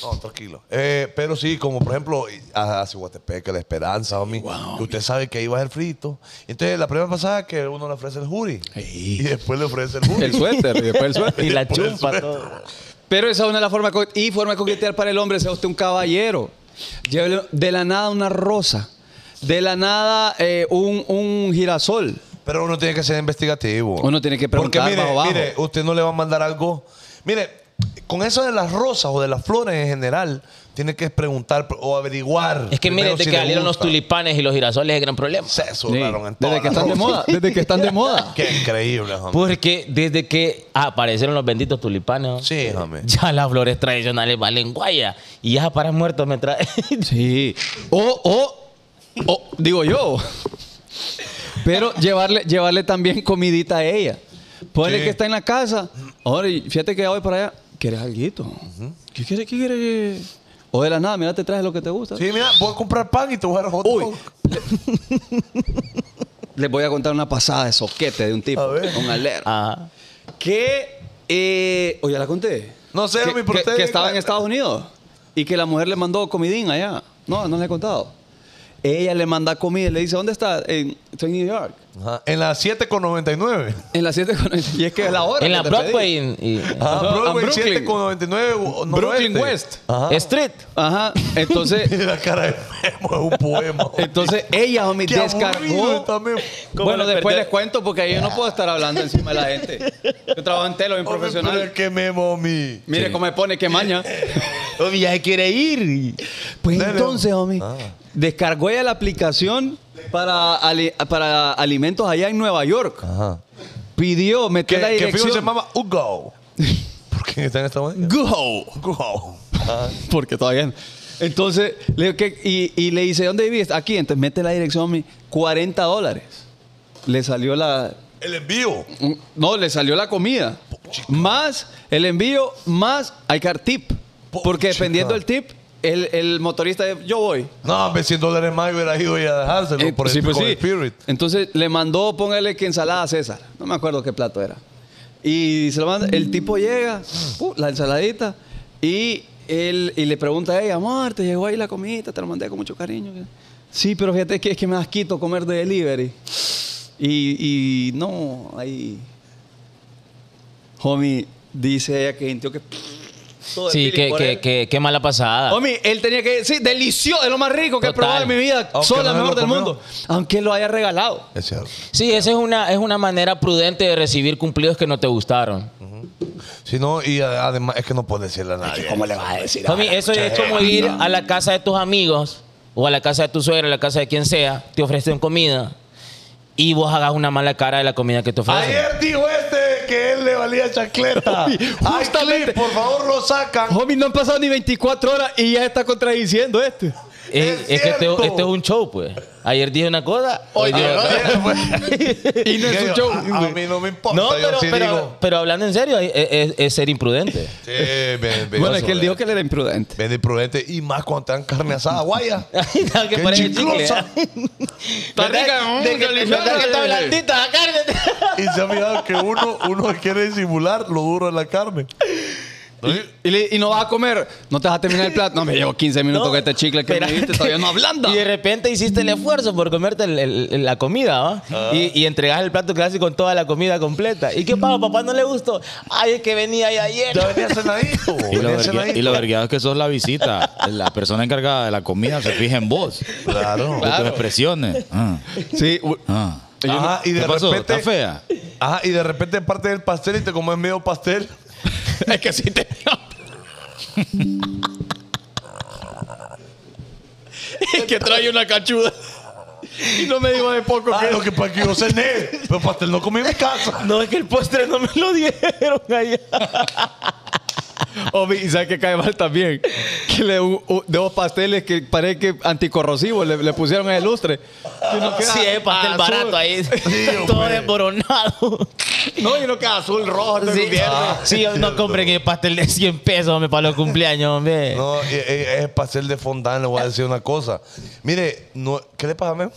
S4: No, tranquilo. Eh, pero sí, como por ejemplo, a a Cihuatepec, a La Esperanza, homie, que usted sabe que ahí va a ser frito. Entonces, la primera pasada que uno le ofrece el jury. Y después le ofrece el jury.
S1: El suéter, y después el suéter.
S3: Y la
S4: Por el
S3: chumpa,
S4: suéter.
S3: todo.
S1: Pero esa es una de las formas. de co- Y forma de coquetear para el hombre, sea usted un caballero. Llévele de la nada una rosa. De la nada eh, un, un girasol.
S4: Pero uno tiene que ser investigativo.
S1: Uno tiene que preguntar
S4: Porque mire,
S1: bajo, bajo.
S4: mire, usted no le va a mandar algo. Mire, con eso de las rosas o de las flores en general, tiene que preguntar o averiguar.
S3: Es que
S4: primero
S3: mire, desde
S4: si
S3: que
S4: le
S3: salieron los
S4: gusta.
S3: tulipanes y los girasoles es el gran problema.
S4: Se
S1: Sí.
S4: zurraron en todas
S1: Desde que
S4: las
S1: están de
S4: rosas.
S1: moda. Desde que están de moda.
S4: Qué increíble, homie.
S3: Porque desde que aparecieron los benditos tulipanes, ¿no?
S4: Sí, homie.
S3: ya las flores tradicionales valen guaya. Y ya para muertos me trae. (laughs)
S1: Sí. O, o, o, digo yo. Pero llevarle, llevarle también comidita a ella. Ponle
S4: Sí.
S1: que está en la casa. Ahora, y fíjate que ya voy para allá. ¿Quieres alguito? ¿Qué quieres? ¿Qué quieres? que- O de la nada, mira, te traes lo que te gusta.
S4: Sí, mira, voy a comprar pan y te voy a dar hot
S1: Uy.
S4: dog.
S1: Les voy a contar una pasada de soquete de un tipo.
S4: A ver.
S1: Un alero.
S3: Ajá.
S1: Que, eh, o ya la conté.
S4: No sé,
S1: que,
S4: mi, eh, pero
S1: que-
S4: ustedes-
S1: que estaba en Estados Unidos y que la mujer le mandó comidín allá. No, no les he contado. Ella le manda comida y le dice, ¿dónde está? En, estoy en New York.
S4: Ajá. En las 7 con 99.
S1: En las 7 con... Y es que es la hora.
S3: En
S1: que
S3: la
S1: te pedí.
S3: Broadway y, y-
S1: Ajá,
S4: Ah, Broadway
S1: en
S4: 7
S1: Brooklyn.
S4: con 99. o- noroeste.
S1: Brooklyn West.
S4: Ajá.
S3: Street.
S1: Ajá.
S4: (laughs)
S1: Entonces,
S4: Mire la cara de Memo, es un
S1: (laughs)
S4: poema.
S1: entonces ella, homie,
S4: Qué aburrido
S1: descargó...
S4: está Memo.
S3: ¿Cómo
S1: Bueno,
S3: le
S1: después
S3: perdió?
S1: les cuento porque ahí yo no puedo estar hablando encima de la gente. Yo trabajo en telo, en
S4: Hombre, pero es
S1: profesional.
S4: que Memo, homie.
S1: Mire cómo me pone,
S3: (laughs)
S1: qué maña.
S3: ya se quiere ir. Ah.
S1: Pues
S4: Dele,
S1: entonces,
S4: homie.
S1: homie, descargó ella la aplicación para, ali- para alimentos allá en Nueva York.
S3: Ah.
S4: Ajá.
S1: Pidió
S4: Que,
S1: meter la
S4: que fijo se
S1: dirección.
S4: llamaba
S1: (laughs)
S4: Ugo. ¿Por qué está en esta manera?
S1: Go.
S4: Ugo.
S1: Porque todavía no. Entonces, le digo, ¿qué? y, y le dice, ¿dónde vivís? Aquí, entonces mete la dirección, homie. 40 dólares. Le salió la...
S4: El envío.
S1: No, le salió la comida. Más el envío, más hay que dar tip. Porque
S4: Puchica.
S1: dependiendo del tip, el, el motorista, yo voy.
S4: No, hombre, 100 dólares más hubiera ido y a dejárselo
S1: Eh,
S4: por el
S1: sí, pues
S4: con
S1: sí.
S4: el Spirit.
S1: Entonces le mandó, póngale que ensalada a César. No me acuerdo qué plato era. Y se lo manda. El tipo llega, ¡pum! la ensaladita, y él y le pregunta a ella, amor, te llegó ahí la comida, te lo mandé con mucho cariño. Sí, pero fíjate que es que me das quito comer de delivery. Y, y no, ahí. Homie, dice ella que sintió que. todo el
S3: Sí,
S1: feeling
S3: que,
S1: por
S3: que,
S1: él.
S3: que- qué mala pasada.
S1: Homie, él tenía que decir, delicioso, es lo más rico que he
S3: Total.
S1: probado en mi vida.
S4: Aunque
S1: Soy
S4: no
S1: la
S4: se lo
S1: mejor del
S4: comió.
S1: mundo. Aunque lo haya regalado.
S4: Es cierto.
S3: Sí, esa es una, es una manera prudente de recibir cumplidos que no te gustaron.
S4: Si no, y a- además es que no puedes decirle a nadie. ¿Cómo le vas a decir?
S3: Homie, eso es como ir a la casa de tus amigos o a la casa de tu suegra, a la casa de quien sea, te ofrecen comida y vos hagas una mala cara de la comida que te ofrecen.
S4: Ayer dijo este que él le valía chancleta.
S1: Homie,
S4: Ay,
S1: justamente.
S4: clip, por favor, lo sacan.
S1: Homie, no han pasado ni 24 horas y ya está contradiciendo este.
S3: Es,
S4: es
S3: es que este,
S4: cierto.
S3: este es un show, pues. Ayer dije una cosa, hoy digo
S4: Ah,
S3: otra.
S4: eh,
S1: (laughs)
S4: pues.
S1: Y no es
S4: Yo,
S1: un show.
S4: A, a mí no me importa.
S3: No,
S4: yo
S3: pero,
S4: sí
S3: pero-
S4: digo.
S3: pero hablando en serio, es, es- es ser imprudente. (laughs)
S4: Sí, ven,
S1: (laughs)
S4: ven,
S1: bueno, es que él
S4: ven.
S1: dijo que él era imprudente.
S4: Ven de prudente y más cuando te dan carne asada, guaya.
S3: Ay, no, que
S4: Qué
S3: parece chicle.
S4: chiclosa.
S1: Está rica,
S3: De que- de que está blandita la carne.
S4: (laughs) Y se ha fijado que uno, uno quiere disimular lo duro de la carne.
S1: Y, le- y no vas a comer, no te vas a terminar el plato. No, me llevo 15 minutos
S3: No,
S1: con este chicle que me
S3: pero-
S1: diste, todavía no (laughs) ablanda.
S3: Y de repente hiciste el esfuerzo por comerte el- el- el- la comida, ¿va?
S1: Ah.
S3: Y, y entregas el plato casi con toda la comida completa. ¿Y qué pasa? Papá no le gustó. Ay, es que venía ahí ayer.
S4: Ya venía cenadito.
S2: Y lo,
S4: venía
S2: vergue- y lo
S4: cenadito.
S2: vergueado es que sos la visita. (laughs) La persona encargada de la comida se fija en vos.
S4: Claro.
S2: De tus expresiones. Ah,
S1: Sí, u-
S2: ah.
S4: Ajá, y
S2: ¿Qué
S4: de
S2: pasó?
S4: repente.
S2: ¿Está fea?
S4: Ajá, y de repente parte del pastel y te comes medio pastel.
S5: Es que sí te. es que trae una cachuda.
S1: (laughs) y no me digo de poco
S4: Ah,
S1: que-
S4: lo que para que yo cené. Pero pastel no comí en mi casa.
S3: No, es que el postre no me lo dieron allá.
S1: Omi, y sabes que cae mal también. Que le u- u- dos pasteles que parece que anticorrosivos le, le pusieron en el lustre. Y uno queda
S3: Sí, es pastel
S1: Ah, azul.
S3: barato ahí. (laughs) todo desboronado.
S5: No, y no queda azul, rojo, todo
S3: Sí, Ah,
S5: invierno.
S3: sí, yo no compré que pastel de 100 pesos hombre, para los cumpleaños, hombre.
S4: No, y- y- es pastel de fondant, le voy a decir una cosa. Mire, no, ¿qué le pasa a Memo?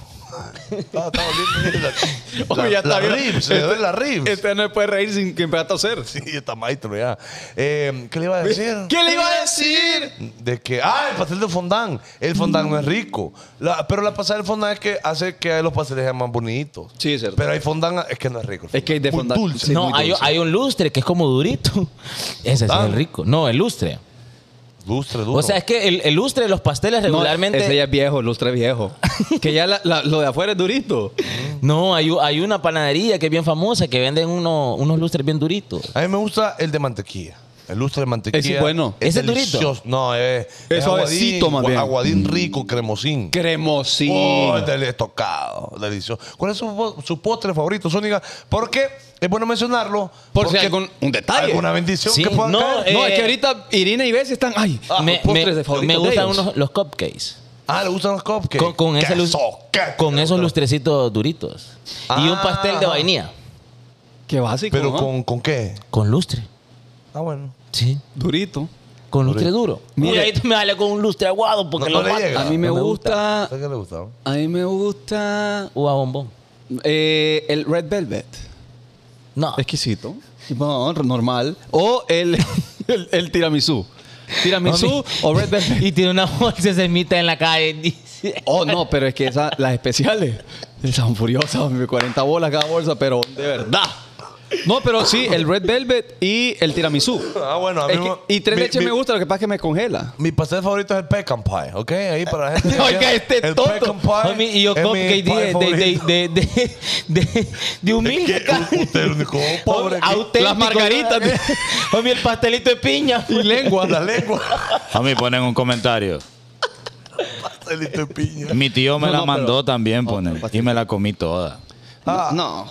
S4: Está, está doliendo,
S1: (laughs)
S4: mire, la-
S1: Omi, ya
S4: la-
S1: está
S4: la
S1: bien.
S4: ribs, le duele la ribs.
S1: Este no puede reír sin que empiece a toser.
S4: Sí, está maestro ya. Eh, ¿Qué le iba a decir?
S1: ¿Qué le iba a decir?
S4: De que, ah, el pastel de fondant. El fondant no es rico. La- pero la pasada del fondant es que hace que los pasteles sean más bonitos.
S1: Sí, es cierto.
S4: Pero hay fondant, es que no es rico. el
S1: Es que hay de
S4: Muy
S1: fondant.
S4: dulce.
S1: Sí,
S3: no,
S1: muy
S3: hay,
S1: dulce.
S3: hay un lustre que es como durito. Ese sí
S4: Ah.
S3: es el rico. No, el lustre.
S4: Lustre, duro.
S3: O sea, es que el, el lustre de los pasteles
S1: No,
S3: regularmente.
S1: ese ya es viejo, lustre viejo. que ya la- la- lo de afuera es durito.
S3: No, hay, u- hay una panadería que es bien famosa que venden uno- unos lustres bien duritos.
S4: A mí me gusta el de mantequilla. El lustre de mantequilla.
S1: Ese es bueno.
S3: Ese es durito.
S4: delicioso. No, es,
S1: Es suavecito,
S4: aguadín,
S1: más
S4: gua-
S1: bien.
S4: Aguadín rico, cremosín.
S1: Cremosín.
S4: Oh, es deli- tocado, delicioso. ¿Cuál es su, po- su postre favorito, Sónica? Porque es bueno mencionarlo.
S1: Por si
S4: porque
S1: algún- un detalle.
S4: Alguna bendición
S3: Sí,
S4: que puedan
S3: no,
S4: caer.
S3: eh,
S1: no, es que ahorita Irina y Bessie están. Ay,
S3: me,
S1: los postres
S3: me-
S1: de favoritos.
S3: me
S1: de
S3: gustan
S1: ellos.
S3: unos, los cupcakes.
S4: Ah, le gustan los cupcakes.
S3: Con, con ese lus-
S4: Queso, ¿qué?
S3: con esos lustrecitos duritos. y un
S4: Ah.
S3: pastel de vainilla.
S1: Qué básico.
S4: Pero
S1: ¿no?
S4: con, con qué?
S3: Con lustre.
S4: Ah, bueno.
S3: Sí.
S1: Durito.
S3: Con lustre duro.
S1: Mire.
S3: Mira, ahí me vale con un lustre aguado porque
S4: Eh, No,
S3: lo
S4: no le
S3: mata.
S4: llega.
S1: A mí me,
S3: No me gusta.
S1: gusta.
S4: ¿Sabes qué le gusta?
S1: A mí me gusta.
S3: Uva bombón.
S1: eh, el Red Velvet. Ah.
S3: No.
S1: Exquisito. Tipo, normal. O el, (laughs) el, el tiramisú. Tiramisú o Red
S3: (laughs)
S1: Velvet.
S3: Y tiene una bolsa de semita en la calle. (laughs) dice.
S1: (laughs) Oh, no, pero es que esas, las especiales son furiosas, hombre, 40 bolas cada bolsa, pero de verdad. No, pero sí, el Red Velvet y el tiramisú.
S4: Ah, bueno, a mí
S1: Es que-
S4: me-
S1: Y tres
S4: mi-
S1: leches
S4: mi-
S1: me gusta, lo que pasa es que me congela.
S4: Mi pastel favorito es el pecan pie, ¿ok? Ahí para
S3: (laughs)
S4: la gente.
S1: Oiga, este
S4: el
S1: tonto.
S4: pecan pie.
S3: Homie, y yo
S4: es mi
S3: cupcake
S4: pie
S3: de,
S4: favorito.
S3: de, de, de, de, de, de humilde. acá.
S4: Usted es el único
S3: "Oh,
S4: pobre.
S3: Homie, auténtico,
S1: Las
S3: (laughs)
S1: margaritas.
S3: ¿verdad? Homie, el pastelito de
S4: (laughs)
S3: piña. pues.
S1: Y
S3: (laughs)
S1: lengua.
S4: La lengua.
S2: A mí ponen un comentario.
S4: Pastelito de piña.
S2: Mi tío me
S1: No,
S2: la
S1: no,
S2: mandó
S1: pero-
S2: también,
S1: no,
S2: ponen.
S1: pero
S2: y me la comí toda.
S4: Ah.
S1: No.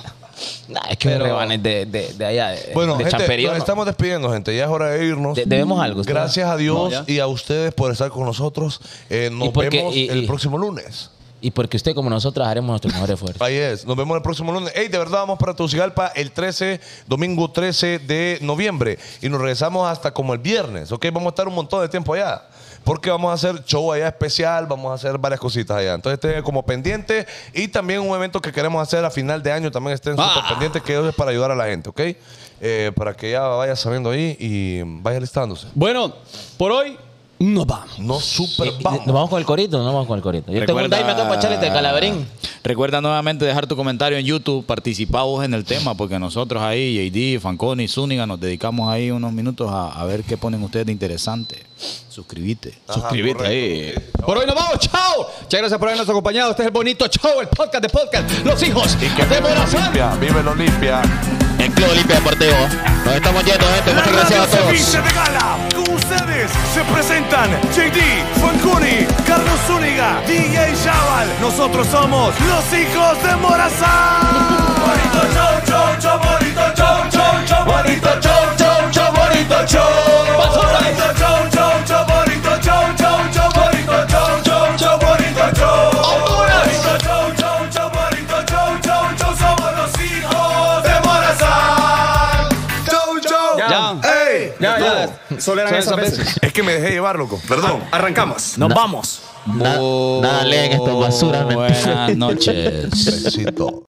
S3: Nah, es que me rebanes de, de, de allá, de,
S4: Bueno,
S3: de
S4: gente,
S3: Champerío,
S4: nos
S3: ¿no?
S4: estamos despidiendo, gente. Ya es hora de irnos.
S3: De- debemos algo, ¿sí?
S4: Gracias a Dios
S1: No, ya.
S4: y a ustedes por estar con nosotros. Eh, nos
S3: ¿Y por qué?
S4: vemos
S3: Y-
S4: el
S3: y-
S4: próximo lunes.
S3: Y porque usted, como nosotros, haremos nuestro mejor
S4: (laughs)
S3: esfuerzo.
S4: Ahí es. Nos vemos el próximo lunes. Ey, de verdad, vamos para Tegucigalpa el 13, domingo 13 de noviembre. Y nos regresamos hasta como el viernes, ¿ok? Vamos a estar un montón de tiempo allá. Porque vamos a hacer show allá especial, vamos a hacer varias cositas allá. Entonces, estén como pendiente. Y también un evento que queremos hacer a final de año, también estén súper
S3: Ah.
S4: pendientes, que es para ayudar a la gente, ¿ok? Eh, para que ya vaya saliendo ahí y vaya listándose.
S1: Bueno, por hoy nos vamos.
S4: No super
S3: Y- y-
S4: vamos.
S3: Eh, ¿Nos vamos con el corito? No nos vamos con el corito. Yo tengo un
S2: Recuerda-
S3: dime acá para echarle de calabrín.
S2: Recuerda nuevamente dejar tu comentario en YouTube, participamos en el tema, porque nosotros ahí, JD, Fanconi, Zúñiga, nos dedicamos ahí unos minutos a, a ver qué ponen ustedes de interesante. Suscribite. Suscríbete ahí.
S1: Por hoy nos vamos, chao. Muchas gracias por habernos acompañado. Este es el bonito show, el podcast de podcast. Los hijos de Morazán.
S4: vive lo limpia.
S6: en Club Olimpia Deportivo. Nos estamos yendo, gente. Muchas gracias a todos.
S7: servicio de gala. Con ustedes se presentan JD, Fancuni, Carlos Zúñiga, DJ Chaval. Nosotros somos los hijos de Morazán. Bonito show, show, show, bonito show, show, show, bonito show, show, show, bonito show. Bonito show, show, show, bonito show, show, show, bonito show, show, show, bonito show. Bonito show, show, show, bonito show, show, show, somos los hijos de Morazán. Show, show.
S1: Ya.
S7: ¡Ey!
S1: Ya, ya.
S7: No, Solo eran
S1: Son
S7: esas
S1: esas
S7: veces.
S1: veces.
S7: Es que me dejé llevar, loco. Perdón. Arrancamos. Nos vamos.
S4: este
S6: Nada, nada leen estas basuras, mentira.
S2: Buenas noches.
S4: Besito.